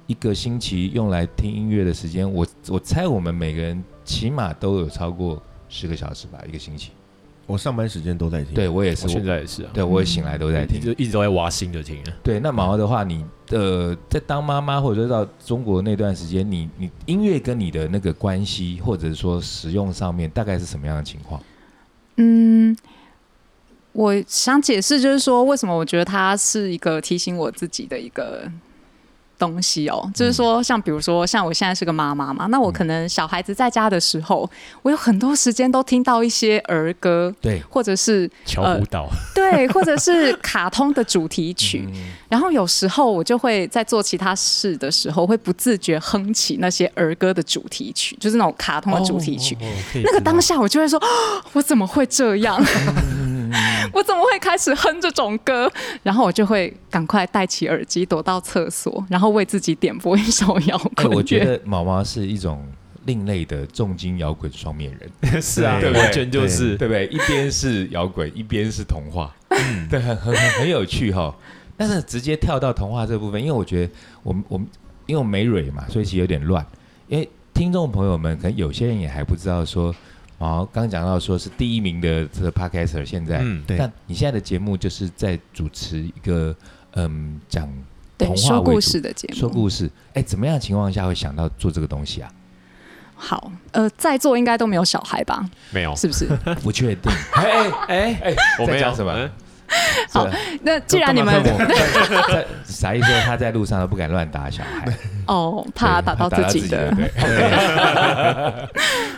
B: 一个星期用来听音乐的时间，我我猜我们每个人起码都有超过十个小时吧，一个星期。
A: 我上班时间都在听。
B: 对我也是，
C: 我现
B: 我
C: 在也是啊，
B: 对我也醒来都在听
C: 一，直一直都在挖新的听啊，
B: 对，那毛的话，你呃，在当妈妈或者说到中国那段时间，你你音乐跟你的那个关系，或者说使用上面，大概是什么样的情况？
D: 嗯，我想解释就是说，为什么我觉得它是一个提醒我自己的一个。东西哦，就是说，像比如说，像我现在是个妈妈嘛，那我可能小孩子在家的时候，我有很多时间都听到一些儿歌，
B: 对，
D: 或者是
C: 乔
B: 呃
C: 湖岛，
B: 哦
D: 对，或者是卡通的主题曲，
B: 嗯
D: 然后有时候我就会在做其他事的时候，会不自觉哼起那些儿歌的主题曲，就是那种卡通的主题曲。
C: 哦，哦哦可以
D: 那个
C: 知道
D: 当下我就会说， 啊我怎么会这样？
B: 嗯
D: 我怎么会开始哼这种歌？然后我就会赶快戴起耳机，躲到厕所，然后为自己点播一首摇
B: 哎、
D: 滚乐。
B: 我觉得毛毛是一种另类的重金摇滚双面人，
C: 是啊，
A: 对
C: 完全就
A: 对
C: 是
B: 对不对？一边是摇滚，一边是童话，
C: 嗯
B: 对，很很很很有趣哈、但是直接跳到童话这部分，因为我觉得我们我们因为我没蕊嘛，所以其实有点乱。因为听众朋友们可能有些人也还不知道说，哦，刚讲到说是第一名的这个 podcaster，现在，
C: 嗯，
A: 对
B: 但你现在的节目就是在主持一个嗯讲童
D: 对，
B: 话
D: 说
B: 为
D: 故
B: 主
D: 事的节目，
B: 说故事，哎，怎么样的情况下会想到做这个东西啊？
D: 好，呃，在座应该都没有小孩吧？
C: 没
B: 哦
C: 有，
D: 是 不是？
B: 不确定，哎哎哎，
C: 我
B: 在
C: 没有
B: 讲什么
C: 嗯
D: 好
B: 是吧
D: 那既然你
B: 干
D: 们
B: 嘛看我 在傻一说他在路上都不敢乱打小孩，哎
D: 哦，怕
B: 对
D: 打到
B: 打
D: 自己的
B: 的，，对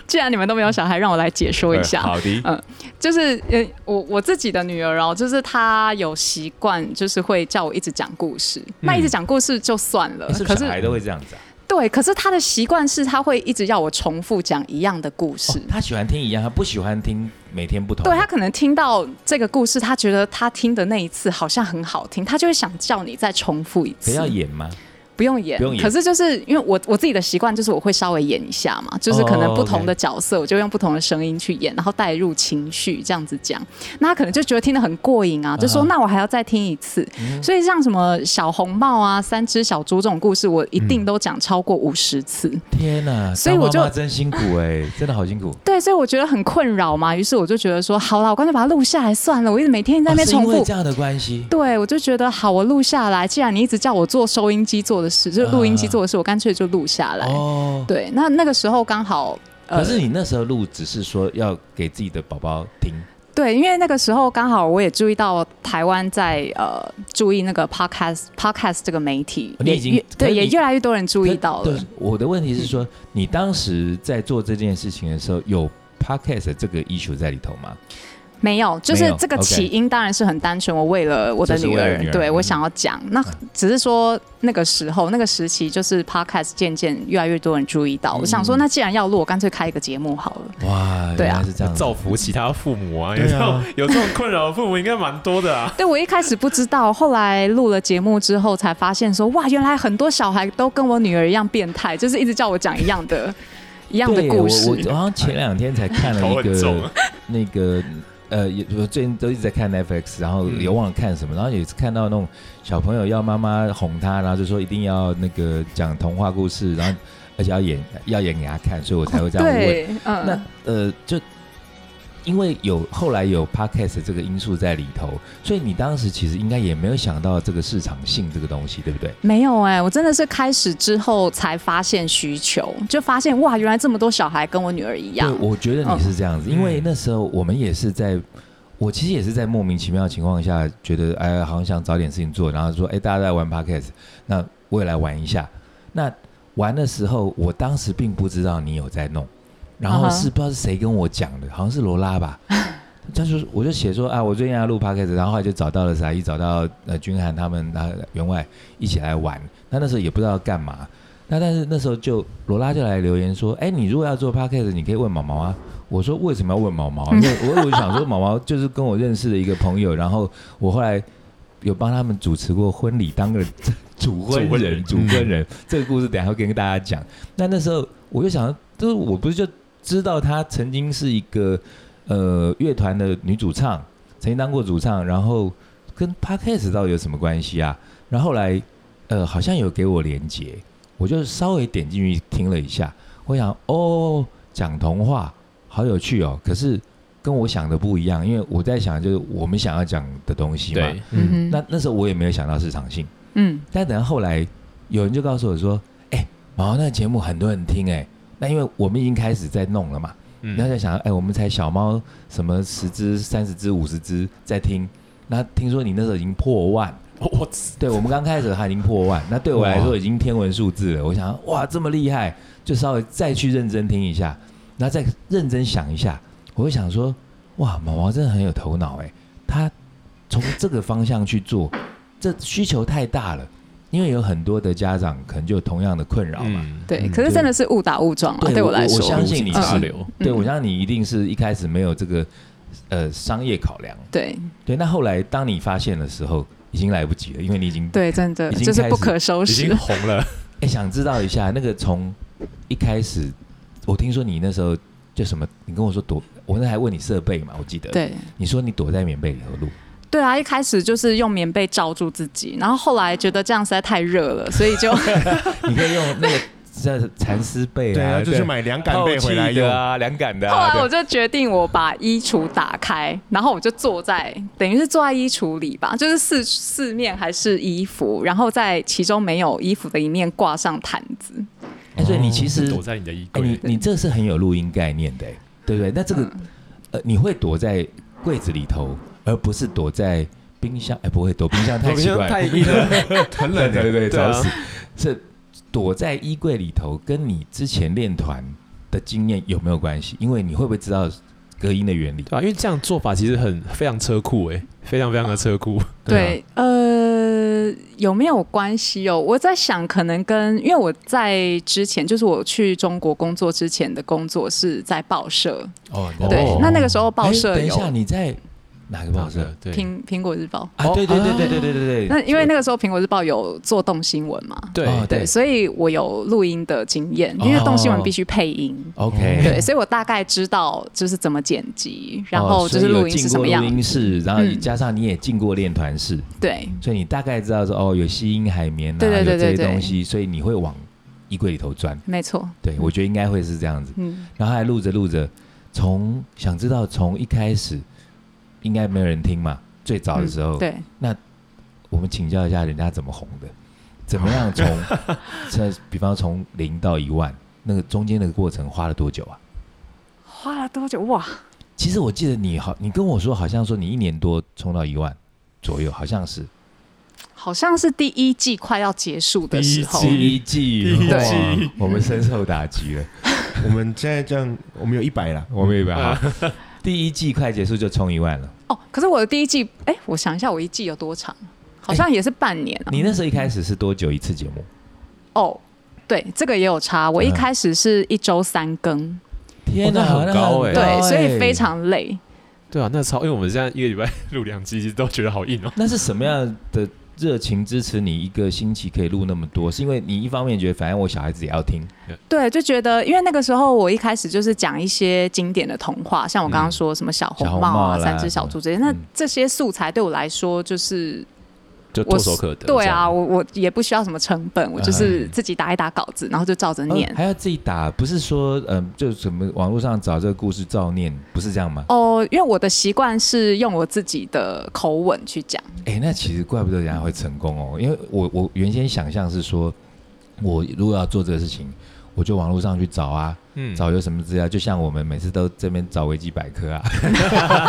D: 既然你们都没有小孩，让我来解说一下。
B: 哎好的，
D: 就是呃，我我自己的女儿哦，就是她有习惯，就是会叫我一直讲故事。那一直讲故事就算了，
B: 哎嗯是不
D: 可
B: 是小孩
D: 是
B: 都会这样子啊？
D: 对，可是她的习惯是，她会一直要我重复讲一样的故事。
B: 哦他喜欢听一样，他不喜欢听每天不同的。
D: 对她可能听到这个故事，她觉得她听的那一次好像很好听，她就会想叫你再重复一
B: 可
D: 次。
B: 要演吗？
D: 不用演，
B: 不用演
D: 可是就是因为我我自己的习惯就是我会稍微演一下嘛，就是可能不同
B: 哦
D: 的角色，我就用不同的声音去演，然后带入情绪这样子讲。那他可能就觉得听得很过瘾啊，就说
B: 嗯
D: 那我还要再听一次。所以像什么小红帽啊、三只小猪这种故事，我一
B: 嗯
D: 定都讲超过五十次。
B: 天哪，
D: 所以我就
B: 当妈妈真辛苦哎，真的好辛苦。
D: 对，所以我觉得很困扰嘛，于是我就觉得说，好啦，我干脆把它录下来算了，我一直每天在那边
B: 哦是因
D: 重
B: 为
D: 复。
B: 这样的关系，
D: 对，我就觉得好，我录下来。既然你一直叫我做收音机做的事，就是录音机做的事，我干脆就录下来。
B: 啊哦。
D: 对，那那个时候刚好，呃
B: 可是你那时候录只是说要给自己的宝宝听，
D: 对，因为那个时候刚好我也注意到台湾在呃注意那个 podcast podcast 这个媒体，
B: 哦你
D: 也
B: 已经
D: 越
B: 可
D: 对
B: 是
D: 也
B: 你
D: 越来越多人注意到
B: 对
D: 了。，
B: 我的问题是说，你当时在做这件事情的时候，有 podcast 这个 issue 在里头吗？
D: 没有，就
B: 没
D: 是
B: 有
D: 这个
B: OK
D: 起因当然是很单纯，我为了我的
B: 就是
D: 女
B: 为了
D: 儿，
B: 女儿
D: 对我
B: 嗯
D: 想要讲，那只是说那个时候那个时期，就是 podcast 渐渐越来越多人注意到。
B: 嗯
D: 我想说，那既然要录，我干脆开一个节目好了。
B: 哇，
D: 对
B: 原
D: 啊
B: 来是这样子。
C: 造福其他父母啊，有
A: 对
C: 这种
A: 啊
C: 有这种困扰的父母应该蛮多的啊。
D: 对，我一开始不知道，后来录了节目之后才发现说，哇，原来很多小孩都跟我女儿一样变态，就是一直叫我讲一样 的、一样的
B: 对
D: 故
B: 我
D: 事
B: 我。好像前两天才看了
C: 头
B: 一
C: 很重
B: 个
C: 啊
B: 那个呃，也我最近都一直在看 Netflix，然后
C: 嗯
B: 也忘了看什么，然后也是看到那种小朋友要妈妈哄他，然后就说一定要那个讲童话故事，然后而且要演要演给他看，所以我才会这样问。
D: 对，嗯，
B: 那呃，就因为有后来有 podcast 这个因素在里头，所以你当时其实应该也没有想到这个市场性这个东西，对不对？
D: 没有哎、我真的是开始之后才发现需求，就发现哇，原来这么多小孩跟我女儿一样嗯
B: 对，。我觉得你是这样子，因为那时候我们也是在，我其实也是在莫名其妙的情况下，觉得哎，好像想找点事情做，然后说哎，大家都在玩 podcast，那我也来玩一下。那玩的时候，我当时并不知道你有在弄，然后
D: 嗯哼
B: 是不知道是谁跟我讲的，好像是罗拉 吧。他说，我就写说啊，我最近要录 podcast，然后后来就找到了傻一，找到呃君涵他们啊员外一起来玩。那那时候也不知道要干嘛，那但是那时候就罗拉就来留言说，哎、你如果要做 podcast，你可以问毛毛啊。我说为什么要问 毛毛？因为我我就想说毛毛就是跟我认识的一个朋友，然后我后来有帮他们主持过婚礼，当个 主婚
C: 主婚
B: 人
C: 人，
B: 主婚人。这个故事等一下会跟大家讲。那那时候我就想，就是我不是就知道她曾经是一个呃乐团的女主唱，曾经当过主唱，然后跟 podcast 到底有什么关系啊？然后后来呃好像有给我连接，我就稍微点进去听了一下，我想哦讲童话好有趣哦，可是跟我想的不一样，因为我在想就是我们想要讲的东西嘛
C: 对。，
A: 嗯
D: 嗯哼，
B: 那那时候我也没有想到市场性。
D: 嗯
B: 但等到后来，有人就告诉我说：“哎、毛那个节目很多人听哎、那因为我们已经开始在弄了嘛，
C: 嗯
B: 然后在想，哎、我们才小猫什么十只、三十只、五十只在听，那听说你那时候已经破万，
C: 我我
B: 对我们刚开始它已经破万，那对我来说已经天文数字了。我想，哇，这么厉害，就稍微再去认真听一下，然后再认真想一下，我会想说，哇，毛毛真的很有头脑哎，他从这个方向去做，这需求太大了，因为有很多的家长可能就有同样的困扰嘛。
C: 嗯，
D: 对，
A: 嗯
D: 可是真的是误打误撞嘛，
B: 对
D: 对
B: 我
D: 来
B: 我啊
D: 说，
B: 相信你
D: 是
C: 大流，
B: 对，
D: 嗯
B: 我相信你一定是一开始没有这个呃商业考量，
D: 对
B: 对。那后来当你发现的时候，已经来不及了，因为你已经
D: 对，真的
B: 已经
D: 就是
B: 开始
D: 不可收
C: 已
D: 拾
C: 经。红了，
B: 哎、想知道一下，那个从一开始，我听说你那时候就什么，你跟我说躲，我那还问你设备嘛，我记得。。
D: 对
B: 你说你躲在棉被里头录，
D: 对啊，一开始就是用棉被罩住自己，然后后来觉得这样实在太热了，所以 就
B: 你可以用那个这蚕丝被啊，
A: 对啊，就去
B: 对
A: 买两杆被回来
B: 透气
A: 用
B: 的。啊，凉感的
D: 后
B: 啊。
D: 来我
B: 对
D: 就决定，我把衣橱打开，然后我就坐在，等于是坐在衣橱里吧，就是四四面还是衣服，然后在其中没有衣服的一面挂上毯子。
B: 哎所以你其
A: 嗯
B: 实，
C: 躲在你的衣
B: 哎、
C: 柜
B: 你，你这是很有录音概念的、哎对不对？那这个、呃，你会躲在柜子里头，而不是躲在冰箱，哎、不会躲冰箱太
C: 我
B: 奇
C: 觉
B: 怪
C: 得
B: 了，
C: 太硬了，
B: 很冷， 对对对，
C: 对啊
B: 找死。这躲在衣柜里头，跟你之前练团的经验有没有关系？因为你会不会知道隔音的原理？
C: 对啊，因为这样做法其实很非常车库哎，非常非常的车库，
B: 对啊
D: 对，呃，有没有关系哦？我在想，可能跟因为我在之前，就是我去中国工作之前的工作是在报社，
C: 哦，
D: 对，
B: 哦
D: 那那个时候报
B: 哎
D: 社
B: 等一
D: 有
B: 下，你在哪个报社？
C: 对，
D: 苹苹果日报，
B: 啊，
C: 哦
B: 对对对
C: 啊
B: 对对对对对。
D: 那因为那个时候苹果日报有做动新闻嘛，
C: 对
B: 哦
D: 对，所以我有录音的经验，因为动新闻必须配音。
B: OK，
D: 对，所以我大概知道就是怎么剪辑，然后
B: 哦
D: 就是
B: 所以有
D: 录音是
B: 进
D: 什
B: 过
D: 么样
B: 录。音室，然后
D: 嗯
B: 加上你也进过练团室，
D: 对
B: 所以你大概知道说哦，有吸音海绵啊，
D: 对对对
B: 有
D: 对
B: 这些
D: 对
B: 东西，所以你会往衣柜里头钻。
D: 没错，
B: 对，我觉得应该会是这样子。
D: 嗯，
B: 然后还录着录着，从想知道从一开始应该没有人听嘛，最早的时候，
D: 嗯对，
B: 我们请教一下人家怎么红的，怎么样从 这比方从零到一万，那个中间的过程花了多久啊？
D: 花了多久哇？
B: 其实我记得你好，你跟我说好像说你一年多冲到一万左右，好像是
D: 好像是第一季快要结束的时候
C: 第，一
B: 季
C: 第一季
B: 哇我们深受打击 了，
A: 我们现在这样，我们有一百啦。
B: 我们也把好，
C: 啊
B: 第一季快结束就冲一万了。
D: 哦，可是我的第一季，哎，我想一下，我一季有多长？好像也是半年啊。
B: 你那时候一开始是多久一次节目？
D: 哦，对，这个也有差。我一
B: 嗯
D: 开始是一周三更，
B: 天
C: 哪那很高欸
D: 对，所以非
B: 常。
D: 常累。
C: 对啊，那超，因为我们现在一个礼拜录两集，其实都觉得好硬哦。
B: 那是什么样的热情支持你一个星期可以录那么多？是因为你一方面觉得反正我小孩子也要听，
D: 对，就觉得因为那个时候我一开始就是讲一些经典的童话，像我刚刚说什么小红帽
B: 小红帽
D: 啊、
B: 啦
D: 三只小猪这些，那
B: 嗯
D: 这些素材对我来说就是
C: 就
D: 我
C: 唾手可得。
D: 对
C: 这
D: 啊，
C: 样，
D: 我我也不需要什么成本，我就是自己打一打稿子，然后就照着念
B: 哦。还要自己打，不是说嗯，就什么网络上找这个故事照念，不是这样吗？
D: 哦，因为我的习惯是用我自己的口吻去讲。
B: 哎、那其实怪不得人家会成功哦，因为我我原先想象是说，我如果要做这个事情，我就网络上去找啊，
C: 嗯
B: 找有什么资料，就像我们每次都这边找维基百科啊，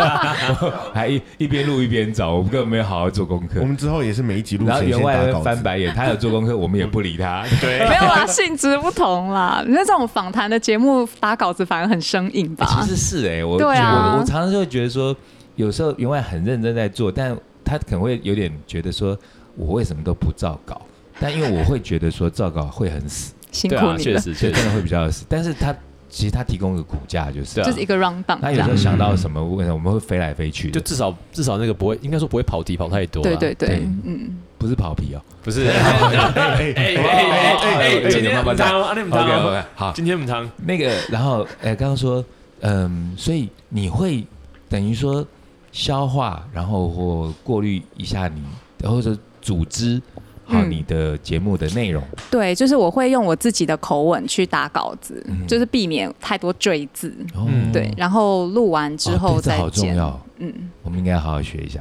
B: 还一一边录一边找，我们根本没有好好做功课
A: 我。们之后也是每一集录
B: 然后
A: 前
B: 员
A: 先
B: 外在
A: 打
B: 那
A: 稿
B: 边翻
A: 子，
B: 白眼，他有做功课，我们也不理 他。
C: 对
D: 没有啦，性质不同啦。那这种访谈的节目打稿子反而很生硬吧？
B: 其实是哎、我
D: 对啊
B: 我我常常就会觉得说，有时候员外很认真在做，但他可能会有点觉得说，我为什么都不照稿？但因为我会觉得说照稿会很 死，
D: 辛苦
C: 对啊，
D: 你
C: 确
D: 了，
B: 所
C: 实确
B: 以真
C: 实，
B: 的会比较死。但是他其实他提供一个骨架就是
C: 对啊，
D: 就是一个 round down
B: 他
D: 这
B: 有
D: 样
B: 时候。想到什么问题，我们会飞来飞去的，
C: 就至少至少那个不会，应该说不会跑题跑太多。
D: 对对，对
B: 啊对，
D: 嗯，
B: 不是跑题哦。
C: 不是。哎
A: 哎
C: 哎
A: 哎
C: 哎哎哎，
B: 哎
C: 今天不
B: 哎
C: 汤啊，那不
B: OK
C: 汤
B: OK，
C: 啊，
B: 好，
C: 今天不汤。
B: 那个，然后呃，刚刚说，嗯，所以你会等于说消化，然后或过滤一下你，或者组织好
D: 嗯
B: 你的节目的内容。
D: 对，就是我会用我自己的口吻去打稿子，
B: 嗯
D: 就是避免太多赘字。
B: 哦
C: 嗯
D: 对，然后录完之
B: 哦
D: 后
B: 对这
D: 再
B: 好重
D: 剪。
B: 要，
D: 嗯，
B: 我们应该好好学一下。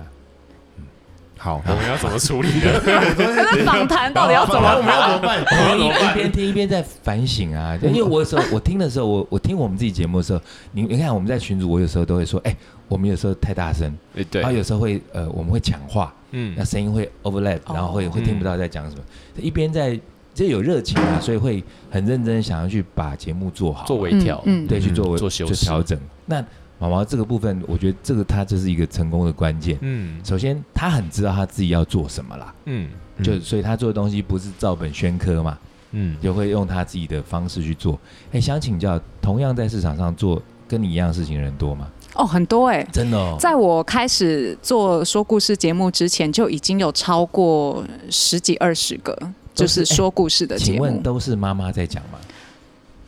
A: 好，
C: 我们要怎么处理 呢？
D: 那访谈到底要怎么？
A: 么？我们要怎么办？嗯
B: 我们一一边听一边在反省啊，因为我有时候我听的时候，我我听我们自己节目的时候，你你看我们在群组，我有时候都会说，哎，我们有时候太大声，
C: 哎
B: 然后
C: 对，
B: 有时候会呃我们会抢话，
C: 嗯
B: 那，声音会 overlap，
D: 哦
B: 然后会会听不到在讲什么。一边在就有热情啊，所以会很认真想要去把节目做好，啊
C: 做微调，
D: 嗯嗯
B: 对，去做
C: 嗯做修
B: 就
C: 饰
B: 调整。那毛毛这个部分，我觉得这个他就是一个成功的关键。
C: 嗯
B: 首先，他很知道他自己要做什么啦，
C: 嗯
A: 嗯
B: 就所以他做的东西不是照本宣科嘛，
C: 嗯，
B: 就会用他自己的方式去做。哎，想请教，同样在市场上做跟你一样事情的人多吗？
D: 哦，很多哎、
B: 真的哦，
D: 在我开始做说故事节目之前，就已经有超过十几二十个，
B: 都哎
D: 就是是说故事的
B: 请
D: 节
B: 问
D: 目，
B: 都是妈妈在讲吗？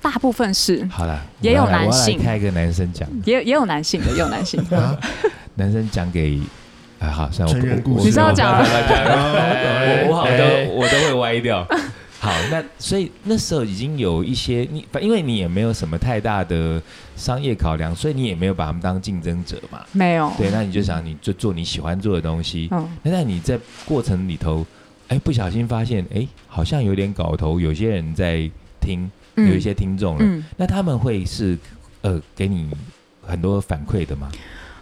D: 大部分是
B: 好啦，
D: 也有
B: 我要来
D: 男性
B: 我要来开一个男生讲。
D: 也也有男性的，也有 男性的。
A: 啊，
B: 男生讲给啊，好，算了我
A: 成人
B: 我
A: 故
B: 我
A: 事
D: 你是要讲
B: 我我我好像
C: 哎
B: 都我都会歪掉。好，那所以那时候已经有一些你，反因为你也没有什么太大的商业考量，所以你也没有把他们当竞争者嘛。
D: 没有，
B: 对，那你就想你就做你喜欢做的东西。
D: 嗯，
B: 那在你在过程里头，哎，不小心发现，哎，好像有点搞头，有些人在听，
D: 嗯
B: 有一些听众了，
D: 嗯
B: 那他们会是呃给你很多反馈的吗？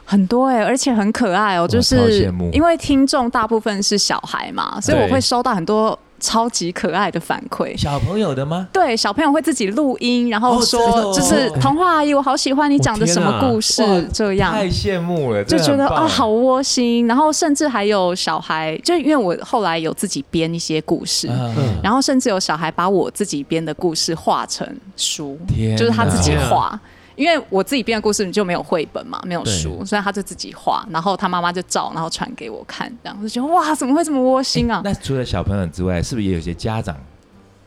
D: 很多哎、而且很可爱哦、就
B: 超
D: 是
B: 羡慕
D: 因为听众大部分是小孩嘛，所以我
C: 对
D: 会收到很多超级可爱的反馈。
B: 小朋友的吗？
D: 对，小朋友会自己录音，然后
B: 哦
D: 说、
B: 真的哦哦啊
D: 就是童话阿姨，我好喜欢你讲的什么故事
B: 我天，哪
D: 这样
B: 太羡慕了，
D: 就觉
B: 真的
D: 得
B: 很棒
D: 啊，好窝心。然后甚至还有小孩，就因为我后来有自己编一些故事，
B: 嗯
D: 然后甚至有小孩把我自己编的故事画成书
B: 天，
D: 就是他自己
C: 哪
D: 画。因为我自己编的故事你就没有绘本嘛，没有
B: 对
D: 书，所以他就自己画，然后他妈妈就照，然后传给我看，这样我就觉得哇，怎么会这么窝心啊？
B: 哎那除了小朋友之外，是不是也有些家长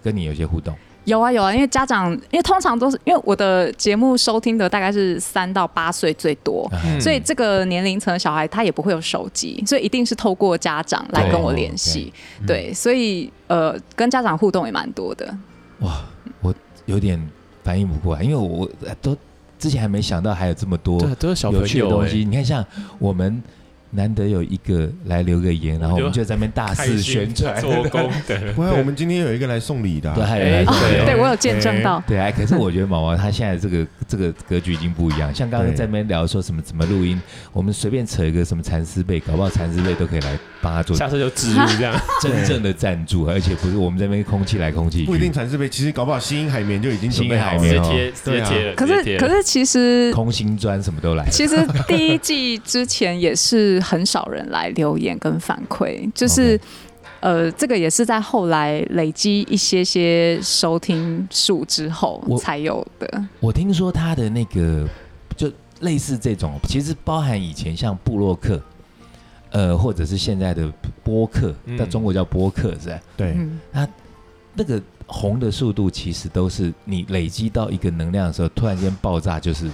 B: 跟你有些互动？
D: 有啊有啊，因为家长，因为通常都是因为我的节目收听的大概是三到八岁最多，
B: 嗯
D: 所以这个年龄层的小孩他也不会有手机，所以一定是透过家长来跟我联系。对，
B: 嗯
D: 所以呃，跟家长互动也蛮多的。
B: 哇，我有点反应不过来，因为我我都之前还没想到还有这么多
C: 对，都是小朋
B: 有趣的
C: 友
B: 东西。
C: 哎，
B: 你看，像我们难得有一个来留个言，然后我们就在那边大
C: 开
B: 肆
C: 心
B: 宣传，
C: 做工的，
A: 不然我们今天有一个来送礼的
B: 对，
A: 啊，
B: 还有人来
C: 哎对
B: 留
C: 哦
D: 对我有见证到，
B: 对啊，可是我觉得毛毛他现在这个这个格局已经不一样，像刚刚
A: 对
B: 在那边聊说什么怎么录音，我们随便扯一个什么蚕丝被，搞不好蚕丝被都可以来帮他做
C: 下次就植入 这样。
B: 真正的赞助，而且不是我们这边空气来空气去，
A: 不一定蚕丝被，其实搞不好吸音海绵就已经准备好
B: 吸
A: 了
B: 音海绵
C: 直接贴，直接贴
B: 啊
C: 了，
D: 可
C: 直接
D: 是
C: 贴
D: 可
C: 了
D: 是其实。
B: 空心砖什么都来。
D: 其实第一季之前也是很少人来留言跟反 馈，就是呃，这个也是在后来累积一些些收听数之后
B: 我
D: 才有的。
B: 我听说他的那个就类似这种，其实包含以前像布洛克。呃，或者是现在的播客，
C: 嗯
B: 在中国叫播客是吧？
A: 对，
D: 嗯，
B: 那个红的速度其实都是你累积到一个能量的时候，突然间爆炸，就是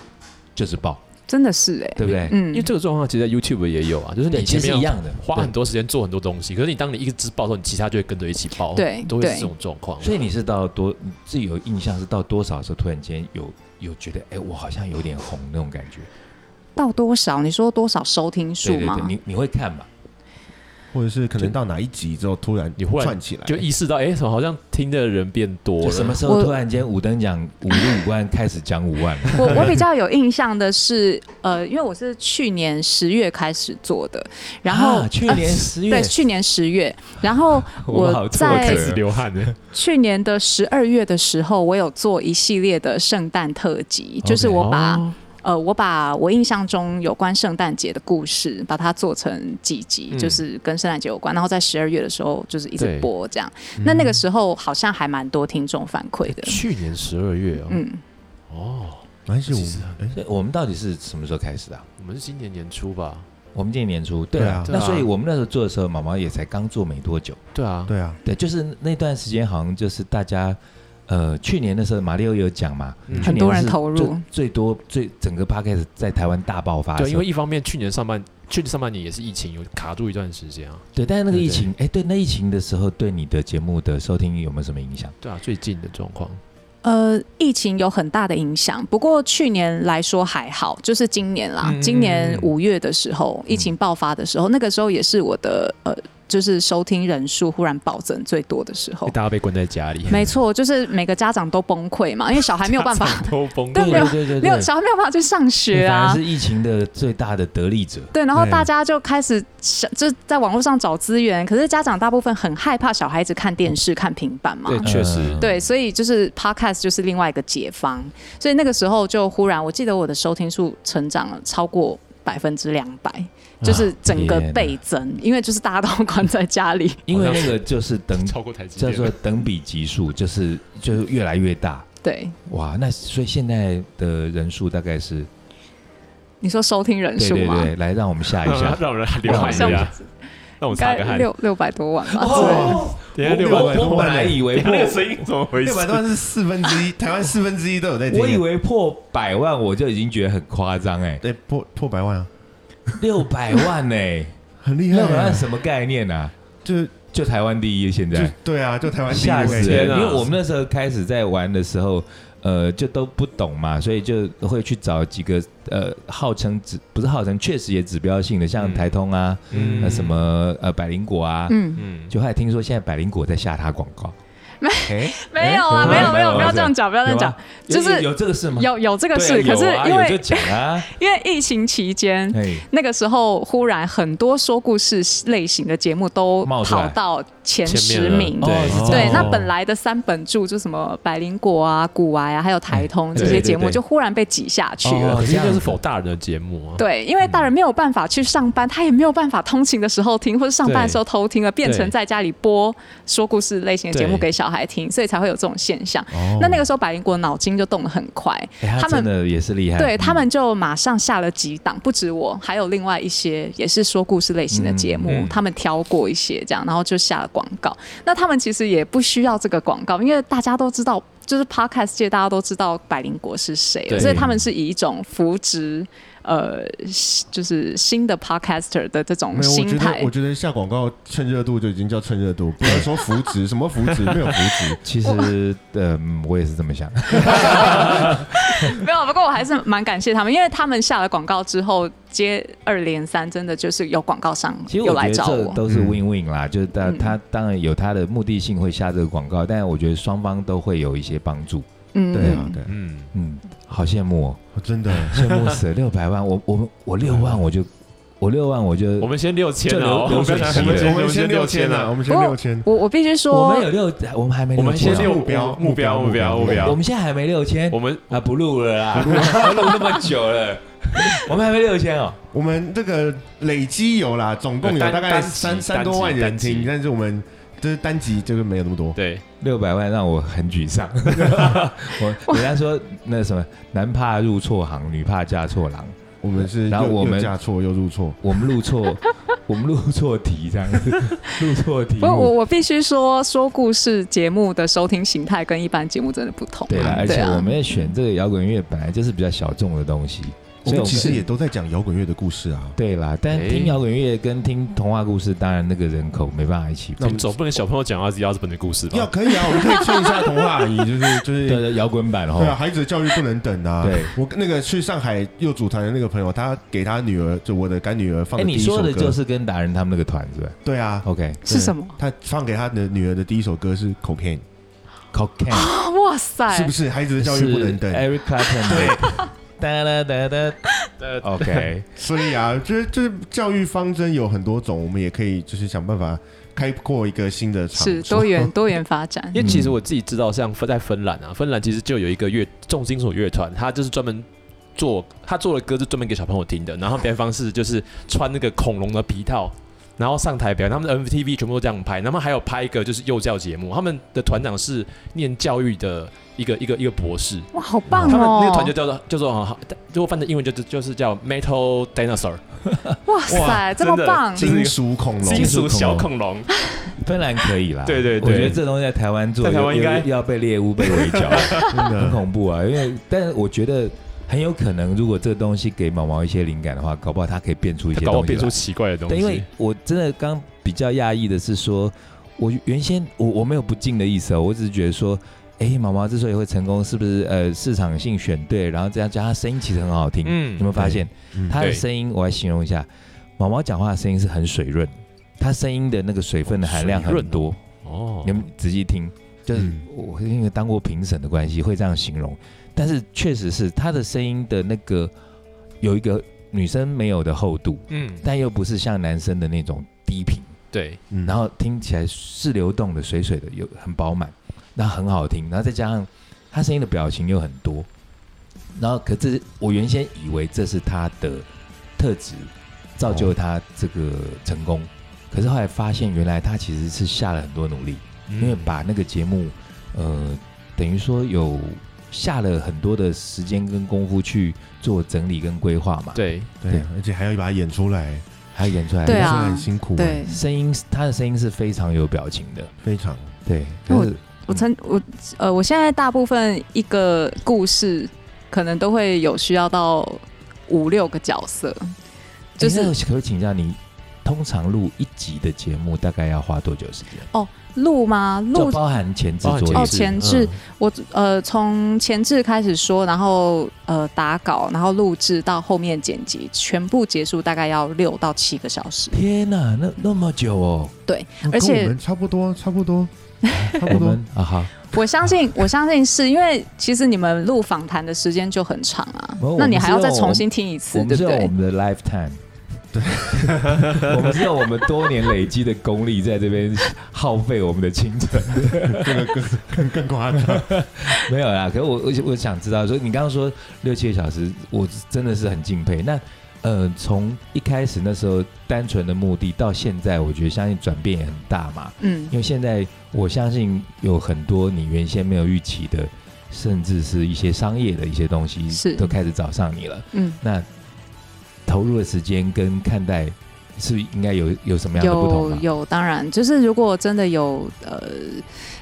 B: 就是爆。
D: 真的是哎、
B: 对不对？
C: 因
D: 嗯
C: 为，这个状况其实在 YouTube 也有啊，就是
B: 对，
C: 你
B: 其
C: 前
B: 实是
C: 面
B: 一
C: 要
B: 样的，
C: 花
B: 对
C: 很多时间做很多东西，可是你当你一只爆的时候，你其他就会跟着一起爆，
D: 对
C: 都会是
D: 对
C: 这种状况。
B: 所以你是到多你自己有印象是到多少的时候，突然间有有觉得，哎，我好像有点红那种感觉。
D: 到多少？你说多少收听
B: 对
D: 数
B: 对
D: 吗？
B: 对，你你会看嘛？
A: 或者是可能到哪一集之后突然
C: 你忽然
A: 串起来，
C: 就意识到，哎、怎么好像听的人变多
B: 就
C: 了？
B: 什么时候
D: 我
B: 突然间五等奖五十五万开始讲五万了？
D: 我 我比较有印象的是，呃，因为我是去年十月开始做的，然后、
B: 啊去
D: 呃
B: 年十月
D: 对，去年十月，然后
B: 我们好
D: 我
B: 挫折
C: 我开
D: 在
C: 始流汗了？
D: 去年的十二月的时候，我有做一系列的圣诞特辑， 就是我把、
C: 哦
D: 呃，我把我印象中有关圣诞节的故事，把它做成几集，
C: 嗯
D: 就是跟圣诞节有关。然后在十二月的时候，就是一直
C: 对
D: 播这样。那那个时候好像还蛮多听众反馈的，
C: 去年十二月哦，
D: 嗯，
C: 哦，
A: 没关系，
C: 其实
A: 我们哎，
B: 所以我们到底是什么时候开始的啊？
C: 我们是今年年初吧？
B: 我们今年年初，对
A: 对
B: 啊
A: 啊，
B: 那
C: 对啊
B: 所以我们那时候做的时候，毛毛也才刚做没多久。
C: 对啊，
A: 对啊，
B: 对，就是那段时间好像就是大家，呃，去年的时候马里奥有讲嘛，
C: 嗯
B: 去年
D: 很多人
B: 是
D: 投入
B: 最最多最整个 p a c k a s 在台湾大爆发的时候，
C: 对，因为一方面去年上半去年上半年也是疫情有卡住一段时间啊，
B: 对，但是那个
C: 对对
B: 疫情，哎，对，那疫情的时候对你的节目的收听有没有什么影响？
C: 对啊，最近的状况，
D: 呃，疫情有很大的影响，不过去年来说还好，就是今年啦，
C: 嗯
D: 今年五月的时候，
B: 嗯
D: 疫情爆发的时候，那个时候也是我的呃，就是收听人数忽然暴增最多的时候。
C: 大家被关在家里，
D: 没错，就是每个家长都崩溃嘛，因为小孩没有办 法，
C: 都崩
D: 对
C: 溃，
D: 没有
B: 对对
D: 没有小孩没有办法去上学
B: 反而
D: 啊。
B: 是疫情的最大的得利者。
D: 对，然后
A: 对
D: 大家就开始想，就在网络上找资源，可是家长大部分很害怕小孩子看电视、看平板嘛。
C: 对确实
B: 嗯
D: 对，所以就是 podcast 就是另外一个解放，所以那个时候就忽然，我记得我的收听数成长了超过百分之两百，就是整个
B: 天哪
D: 倍增，因为就是大家都关在家里，
B: 因为那个就是等
C: 超过台积
B: 叫
C: 电
B: 做等比级数，就是就是越来越大。
D: 对。
B: 哇，那所以现在的人数大概是，
D: 你说收听人
B: 对
D: 数
B: 对
D: 吗？
B: 对，来让我们下一下
C: ，让人流
B: 我
C: 汗
D: 好
C: 一
D: 像
C: 下，让我
D: 应
C: 擦个
D: 该
C: 汗。
D: 六六百多万吧。
B: 哦，
C: 等一下六
A: 六
C: 百
A: 百多
B: 我
A: 万
B: 本来以为
C: 那个
B: 破，
C: 声音怎么回事
A: 六？百多万是四分之一，台湾四分之一都有在听啊。
B: 我以为破百万我就已经觉得很夸张哎，
A: 对破破百万啊，
B: 六百 万哎，
A: 很厉害
B: 六
A: 啊，
B: 百万什么概念啊？
A: 就
B: 就台湾第一现
A: 就
B: 在，
A: 对啊，就台湾第一
B: 吓死
A: 我感觉
C: 天
B: 人！
C: 啊
B: 因为我们那时候开始在玩的时候，呃，就都不懂嘛，所以就会去找几个呃号称指不是号称，确实也指标性的，像
C: 嗯
B: 台通啊，
C: 嗯
B: 呃什么呃百灵果啊，
D: 嗯，
C: 嗯，
B: 就后来听说现在百灵果在下他广告，哎
D: 没有啊，
B: 哎
D: 没有没有，不
B: 没有
D: 要这样讲，不要这样
B: 有
D: 讲
B: 啊。
D: 就
B: 有
D: 是
B: 有这个事吗？
D: 有有这个事，
B: 对啊
D: 可是
B: 有啊
D: 因
B: 有就
D: 为
B: 讲 啊，
D: 因为疫情期间，
B: 哎，
D: 那个时候忽然很多说故事类型的节目都
B: 冒出来
D: 跑到前
C: 前
D: 十
C: 面了
D: 名。
C: 对
B: 哦是这
D: 对
B: 样，
D: 那
A: 哦
D: 本来的三本柱就什么百灵果啊、古癌啊，还有台通
B: 对
D: 这些节目，
B: 对对
D: 就忽然被挤下去
B: 哦
D: 了。
C: 可是
B: 这样
C: 那
B: 子
C: 是否大人的节目啊？
D: 对，因为大人没有办法去上班，他也没有办法通勤的时候听，或者上班的时候偷听了，变成在家里播说故事类型的节目
C: 对
D: 给小孩听，所以才会有这种现象。
A: 哦
D: 那那个时候，百灵果脑筋就动得很快，
B: 哎他
D: 他
B: 真
D: 们
B: 的也是厉害，
D: 对
B: 嗯
D: 他们就马上下了几档，不止我，还有另外一些也是说故事类型的节目，
C: 嗯嗯
D: 他们挑过一些这样，然后就下了广告。那他们其实也不需要这个广告，因为大家都知道，就是 podcast 界大家都知道百灵果是谁了，
C: 对
D: 所以他们是以一种扶植呃，就是新的 podcaster 的这种
A: 哦没有，我
D: 心
A: 觉
D: 态
A: 得我。觉得下广告趁热度就已经叫趁热度，不能说扶植，什么扶植没有扶植，
B: 其实嗯，我也是这么想，
D: 没有，不过我还是蛮感谢他们，因为他们下了广告之后接二连三，真的就是有广告商
B: 其实
D: 有
B: 我觉
D: 来
B: 得
D: 找
B: 这
D: 我。
B: 都是
A: 嗯
B: win win 啦，就是他
D: 嗯
B: 他当然有他的目的性会下这个广告，但我觉得双方都会有一些帮助。
D: 嗯
A: 对啊，对啊，
C: 嗯，
B: 嗯，好羡慕哦，
A: 我真的
B: 羡慕 死了六百万，我我们我六万我就我六万我就
C: 我们先六千
B: 就流
C: 啊，我
B: 流
C: 们
B: 水
C: 先
B: 席了
A: 我们先六千啊，
C: 啊
A: 我，们先
D: 不
A: 六千，
D: 我我必须说，
B: 我们有六，我们还没
C: 我们
B: 千
C: 先
B: 啊
C: 六
A: 目标
C: 目标
A: 目标
C: 目标目
B: 我
C: 标，
B: 们现在还没六千
C: 我们
B: 啊，不录了啦，录那么久了，我们还没六千哦，
A: 我们这个累积有啦，总共有
C: 单
A: 大概
C: 单集
A: 三三
C: 单集
A: 多万人
C: 单集
A: 听，但是我们就是单集这个没有那么多，
C: 对
B: 六百万让我很沮 丧。我人家说那什么，男怕入错行，女怕嫁错郎。
A: 我们是
B: 然后
A: 又
B: 我们
A: 又嫁错又入错，
B: 我们录错，我们录错题这样子，录错题
D: 不过我
B: 目。
D: 我必须说，说故事节目的收听形态跟一般节目真的不同、啊。
B: 对了，而且
D: 啊
B: 我们在选这个摇滚乐本来就是比较小众的东西，
A: 我们
B: 所以我
A: 其实
B: 们
A: 也都在讲摇滚乐的故事啊。
B: 对啦，但
C: 哎
B: 听摇滚乐跟听童话故事，当然那个人口没办法一起。
C: 那我们总不能小朋友讲阿兹亚斯本的故事
A: 要
C: 吧？
A: 可以啊，我们可以劝一下童话 阿姨，就是就是。
B: 对对，摇滚版
A: 对啊，
B: 哦，
A: 孩子的教育不能等啊！
B: 对，
A: 我那个去上海幼组团的那个朋友，他给他女儿，就我的干女儿放
B: 哎，
A: 的第
B: 你
A: 一首
B: 说
A: 歌，
B: 的就是跟达人他们那个团是吧
A: 对啊，
D: 是什么？
A: 他放给他的女儿的第一首歌是 Cocaine，
B: ？OK，Cocaine
D: 啊哇塞，
A: 是不是孩子的教育不能等？
B: Eric Clapton 对，哒啦哒哒
C: 呃，
B: ，OK，
A: 所以啊，就是就是教育方针有很多种，我们也可以就是想办法开阔一个新的场
D: 是
A: 所
D: 多元多元发 展
C: 因为其实我自己知道，像芬在芬兰啊，芬兰其实就有一个乐重金属乐团，他就是专门做他做的歌是专门给小朋友听的，然后表演方式就是穿那个恐龙的皮套。然后上台表演，他们的 MTV 全部都这样拍，他们还有拍一个就是幼教节目，他们的团长是念教育的一个一个一个博士，
D: 哇，好棒
C: 他们
D: 哦！
C: 那个团就叫做叫做啊，如果翻成英文就是就是叫 Metal Dinosaur，
D: 哇塞，这么
C: 真的
D: 棒！
C: 这是一
A: 金
C: 个
A: 属恐龙
C: 金属小恐龙。
B: 芬兰可以啦。
C: 对对对
B: 我觉得这东西在台湾做，
C: 在台湾应该
B: 又又要被猎巫被 围剿，
A: 真
C: 嗯
B: 很
A: 的
B: 恐怖啊。因为，但我觉得很有可能，如果这个东西给毛毛一些灵感的话，搞不好它可以变出一些
C: 他
B: 东西来。
C: 搞不好变出奇怪的东西。
B: 对，因为我真的刚比较讶异的是说，我原先我我没有不敬的意思哦，我只是觉得说，哎、毛毛之所以会成功，是不是呃市场性选对，然后这样加他声音其实很好听，
C: 嗯
B: 有没有发现
A: 嗯
B: 他的
C: 对
B: 声音？我来形容一下，毛毛讲话的声音是很水润，他声音的那个水分的含量
C: 水润
B: 很多，
C: 哦
B: 你们仔细听，就是
A: 嗯
B: 我因为当过评审的关系会这样形容，但是确实是他的声音的那个有一个女生没有的厚度。
C: 嗯，
B: 但又不是像男生的那种低频，
C: 对，
A: 嗯
B: 然后听起来是流动的、水水的，又很饱满，那很好听，然后再加上他声音的表情又很多，然后可这是我原先以为这是他的特质，造就他这个成功，可是后来发现原来他其实是下了很多努力，因
C: 嗯
B: 为把那个节目，呃，等于说有下了很多的时间跟功夫去做整理跟规划嘛，，
C: 对
A: 对，而且还要把它演出来，
B: 还有演出来，
D: 对啊
A: 真的很辛苦，，
D: 对，
B: 声音是，他的声音是非常有表情的，
A: 非常
B: 对，
D: 那
B: 可是
D: 我曾我呃，我现在大部分一个故事可能都会有需要到五六个角色，就
B: 哎诶那
D: 是
B: 我可不可以请教你，通常录一集的节目大概要花多久时间？
D: 录吗？录
B: 就包含前置
C: 包含
B: 作
D: 哦
B: 业
C: 前置
D: 前置，
C: 嗯
D: 我呃从前置开始说，然后呃打稿，然后录制到后面剪辑，全部结束大概要六到七个小时。
B: 天哪，那那么久哦！
D: 而且
A: 跟我们差不多，差不 多，差不
B: 我
A: 多
B: 们，啊好，
D: 我 相信，我相信是因为其实你们录访谈的时间就很长啊
B: 没有，
D: 那你
B: 哦我们是
D: 还要再
B: 用我
D: 重
B: 们
D: 新听一
B: 我
D: 次，
B: 们
D: 对
B: 是
D: 不
B: 用我
D: 对？
B: 们的 lifetime，对， 我们是用我们多年累积的功力在这边耗费我们的青春。
A: 这个更更更夸 张，
B: 没有啦，可是我我我想知道，所以你刚刚说六七个小时，我真的是很敬佩。那呃，从一开始那时候单纯的目的到现在，我觉得相信转变也很大嘛。
D: 嗯
B: 因，为现在我相信有很多你原先没有预期的，甚至是一些商业的一些东西，
D: 是
B: 都开始找上你了。
D: 嗯，
B: 那投入的时间跟看待，是不是应该有有什么样的不同
D: 有
B: 吗？
D: 有，当然，就是如果真的有呃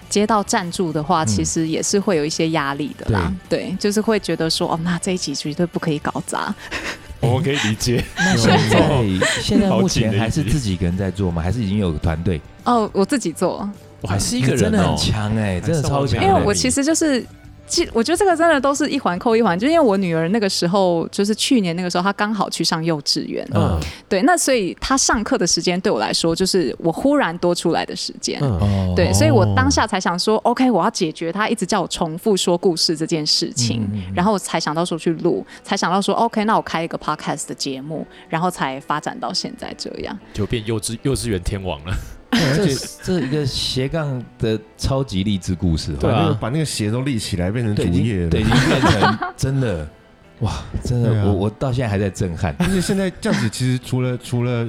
D: 接到赞助的话，
B: 嗯
D: 其实也是会有一些压力的啦。对，就是会觉得说，哦，那这一集绝对不可以搞砸。
C: 我们可以理解。
B: 那现在现 在
C: 好
B: 目
C: 紧
B: 前
C: 的一
B: 还是
C: 集
B: 自己一个人在做吗？还是已经有团队？
D: 哦，我自己做，
C: 我还是一个人
B: 你真的
C: 哦
B: 很，强哎、真的超强
C: 还
B: 的。
C: 是
D: 因为我
C: 嗯
D: 其实就是。其我觉得这个真的都是一环扣一环，就因为我女儿那个时候，就是去年那个时候，她刚好去上幼稚园，
B: 嗯
D: 对，那所以她上课的时间对我来说，就是我忽然多出来的时间，
C: 嗯，
B: 哦
D: 对，所以我当下才想说，OK，我要解决他一直叫我重复说故事这件事情，
B: 嗯嗯嗯
D: 然后我才想到说去录，才想到说 OK，那我开一个 podcast 的节目，然后才发展到现在这样。
C: 就变幼稚幼稚园天王了。
B: 这这一个斜杠的超级励志故事哦，
C: 对
A: 把
C: 啊
A: 那个把那个鞋都立起来变成
B: 对，
A: 竹
B: 已
A: 叶
B: 经
A: 了，
B: 对已经变成真的，哇，真
A: 对
B: 的，
A: 啊
B: 我我到现在还在震撼。
A: 而且现在这样子，其实除了除了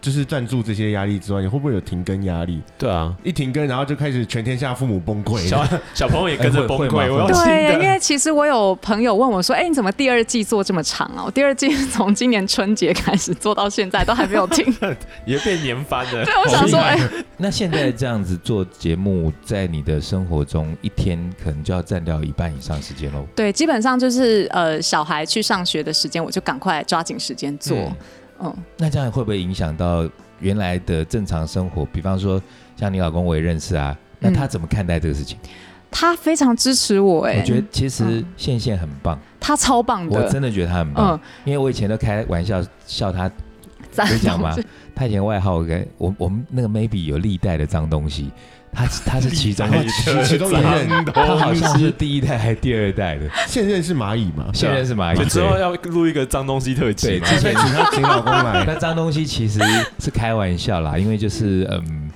A: 就是赞助这些压力之外，你会不会有停更压力？
C: 对啊，
A: 一停更，然后就开始全天下父母崩溃。
C: 小小朋友也跟着
B: 哎会
C: 崩
B: 会吗
C: 溃，我要
B: 会
C: 新
D: 对，因
C: 的。
D: 为其实我有朋友问我说：“哎、你怎么第二季做这么长啊？我第二季是从今年春节开始做到现在，都还没有 停。
C: 也变年番了。
D: 对我想说哎
B: 那现在这样子做节目，在你的生活中一天可能就要占掉一半以上时间喽”。
D: 对，基本上就是呃，小孩去上学的时间，我就赶快抓紧时间做。
B: 嗯
D: 嗯，
B: 那这样会不会影响到原来的正常生活？比方说，像你老公我也认识啊，
D: 嗯
B: 那他怎么看待这个事情？
D: 他非常支持我、哎，
B: 我觉得其实线线很棒，
D: 他超棒
B: 我
D: 的。
B: 真的觉得他很棒，
D: 嗯，
B: 因为我以前都开玩笑笑他，
D: 赞
B: 可以讲 吗
D: 同？
B: 他以前外号给我我们那个 maybe 有历代的脏东西，他他是其中
C: 历代
A: 其其中一任，
B: 他好像是第一代还是第二代的，
A: 现任是蚂蚁 嘛？
B: 现任是蚂
C: 所
B: 蚁
C: 以啊之后
B: 对
C: 要录一个脏东西特辑
B: 对
C: 嘛？
B: 之前
A: 请他请老公 来，
B: 那脏东西其实是开玩笑啦，因为就是嗯，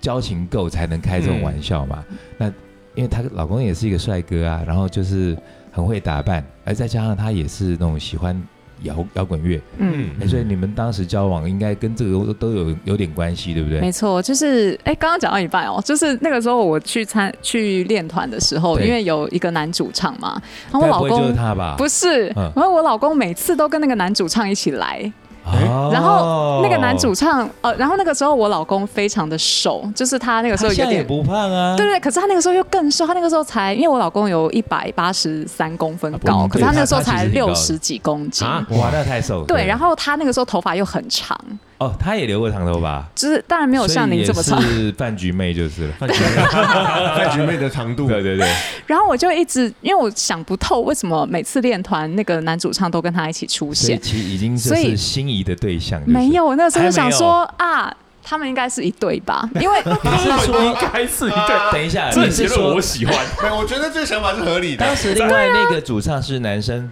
B: 交情够才能开这种玩笑嘛。那因为她老公也是一个帅哥啊，然后就是很会打扮，而再加上他也是那种喜欢摇摇滚乐、
D: 嗯，
B: 哎所以你们当时交往应该跟这个都都有有点关系，对不对？
D: 没错，就是哎，刚刚讲到一半哦，就是那个时候我去参去练团的时候，
B: 对
D: 因为有一个男主唱嘛，然后我
B: 该
D: 老
B: 不会就是
D: 公。
B: 他吧？
D: 不是，
B: 嗯
D: 然后我老公每次都跟那个男主唱一起来，
B: 哦
D: 然后那个男主唱，呃，然后那个时候我老公非常的瘦，就是他那个时
B: 他
D: 候
B: 现
D: 有
B: 在也
D: 点，
B: 不胖啊，
D: 对对，可是他那个时候又更瘦，他那个时候才，因为我老公有一百八十三公分高，
B: 啊不
D: 可是他
B: 对
D: 那个时候
B: 他他
D: 才
B: 其实挺高的
D: 六十几公斤，
C: 啊
B: 哇，那太瘦了。
D: 对，然后他那个时候头发又很长，
B: 哦，他也留过长头发，
D: 就是当然没有像您这么
B: 所
D: 长
B: 以，也是饭局妹就是了。
A: 饭局妹饭局妹的长度，
B: 对对对，
D: 然后我就一直因为我想不透为什么每次练团那个男主唱都跟他一起出
B: 所以
D: 现，
B: 其实已经就
D: 所以
B: 是心仪的对象，就是
D: 没。有，我那时候就想说
B: 还
D: 啊，他们应该是一对吧，因为。
B: 你是
C: 应
B: 说，
C: 该是一对。
B: 等一下，
C: 这
B: 你
C: 结
B: 是
C: 论我
B: 说
C: 喜欢，
A: 没哎有我觉得这个想法是合理
B: 当
A: 的。
B: 时另外那个主唱是男生，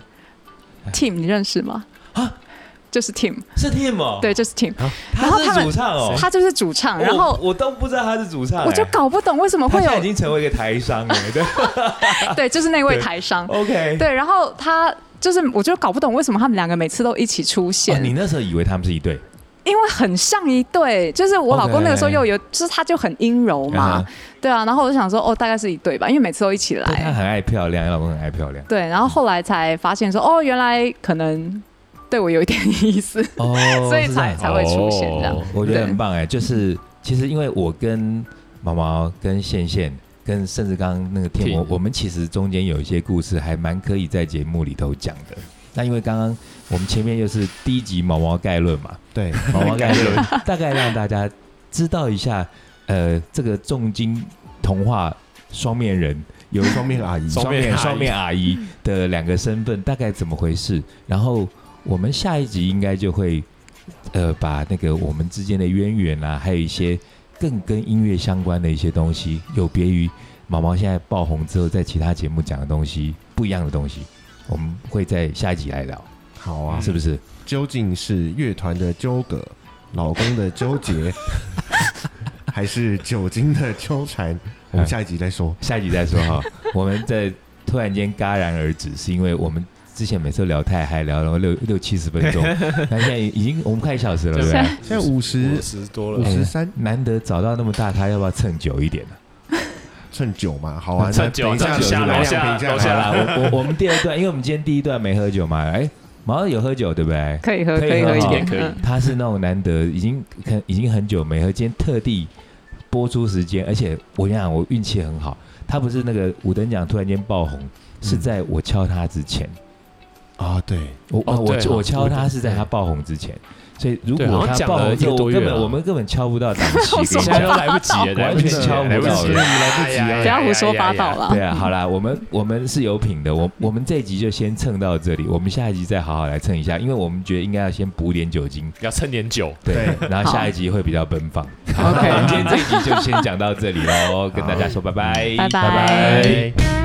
D: Tim 你认识吗？
B: 啊，
D: 就是 Tim，
B: 是 Tim 哦，
D: 对，，就是 Tim，然后
B: 他
D: 他
B: 是
D: 们
B: 主唱哦，
D: 他就是主唱，然后
B: 我我都不知道他是主唱，
D: 我就
B: 哎
D: 搞不懂为什么
B: 他
D: 会
B: 现在已
D: 有哎
B: 经成为一个台商 了，对
D: 对，就是那位
B: 对
D: 台商，
B: ，OK，
D: 对，然后他就是我就搞不懂为什么他们两个每次都一起出
B: 哦
D: 现
B: 你，那时候以为他们是一对，
D: 因为很像一对，就是我老公
B: OK
D: 那个时候又有，就是他就很阴柔嘛
B: 嗯，
D: 对啊，然后我就想说哦，大概是一对吧，因为每次都一起
B: 对他
D: 来，
B: 很爱漂亮，老公很爱漂亮，
D: 对，然后后来才发现说哦，原来可能对我有一点意思，
B: 哦，
D: 所以
B: 是这
D: 才
B: 样
D: 才会出现这样
C: 哦，
B: 我觉得
D: 对
B: 很棒哎，就是其实因为我跟毛毛、跟线线、跟甚至刚刚那个天魔，
C: Tim
B: 我们其实中间有一些故事还蛮可以在节目里头讲的。那因为刚刚我们前面又是第一集毛毛概论嘛，
A: 对，
B: 毛毛概论大概让大家知道一下，呃，这个重金童话双面人有
A: 有一方面阿姨，
C: 双面阿姨
B: 双面阿姨的两个身份大概怎么回事？然后我们下一集应该就会呃把那个我们之间的渊源啊，还有一些更跟音乐相关的一些东西，有别于毛毛现在爆红之后在其他节目讲的东西不一样的东西，我们会在下一集来聊，
A: 好啊，
B: 是不是？
A: 究竟是乐团的纠葛，老公的纠结，还是酒精的纠缠？我们下一集再说。
B: 下一集再说 哈。我们在突然间戛然而止，是因为我们。之前每次聊太嗨，聊了六六七十分 钟，那现在已经我们快一小时了，对不对？
A: 现在五十
C: 十多
A: 五
B: 哎
A: 十三
B: 难得找到那么大咖，要不要蹭久一点呢、
A: 趁酒嘛，好啊，
C: 趁酒
A: 那等一
B: 趁
A: 下
B: 酒
A: 来
B: 楼
A: 两
C: 下
A: 瓶这样
C: 楼
B: 好
C: 下
A: 好
B: 啦
A: 了，，
B: 啊我我我们第二段，因为我们今天第一段没喝酒嘛，哎、马上有喝酒对不对？
D: 可以喝，
B: 可以
D: 可以
B: 喝
D: 喝一
B: 哦
D: 点，
C: 可以
D: 嗯
B: 他是那种难得，已经很已经很久没喝，今天特地播出时间，而且我跟你讲，我运气很好，他不是那个五等奖突然间爆红，是在我敲他之前，
A: 啊，对，
B: 我、
C: 哦
B: 我
C: 对
B: 我
C: 哦
B: 敲他
C: 对
B: 是在他爆红之前，所以如
C: 对好
B: 果
C: 像
B: 他
C: 讲
B: 爆
C: 了
B: 红
C: 一个
B: 之后，我
C: 多月
B: 根本
C: 了
B: 我们根本敲不到档期，跟你
C: 现
B: 讲
C: 在都来不及了，来不
B: 完
C: 及
B: 全敲
C: 了，
B: 不
C: 来不
B: 到
C: 及了，
B: 人
C: 来
A: 哎呀
D: 不要胡说八道。
B: 对
D: 了。
B: 啊，好啦，我们我们是有品的，我我们这一集就先蹭到这里，我们下一集再好好来蹭一下，因为我们觉得应该要先补点酒精，
C: 要蹭点酒，
B: 对，然后
D: 好
B: 下一集会比较奔放。
D: OK
B: 我们今天这一集就先讲到这里喽，跟大家说拜拜，
D: 拜拜
C: 拜。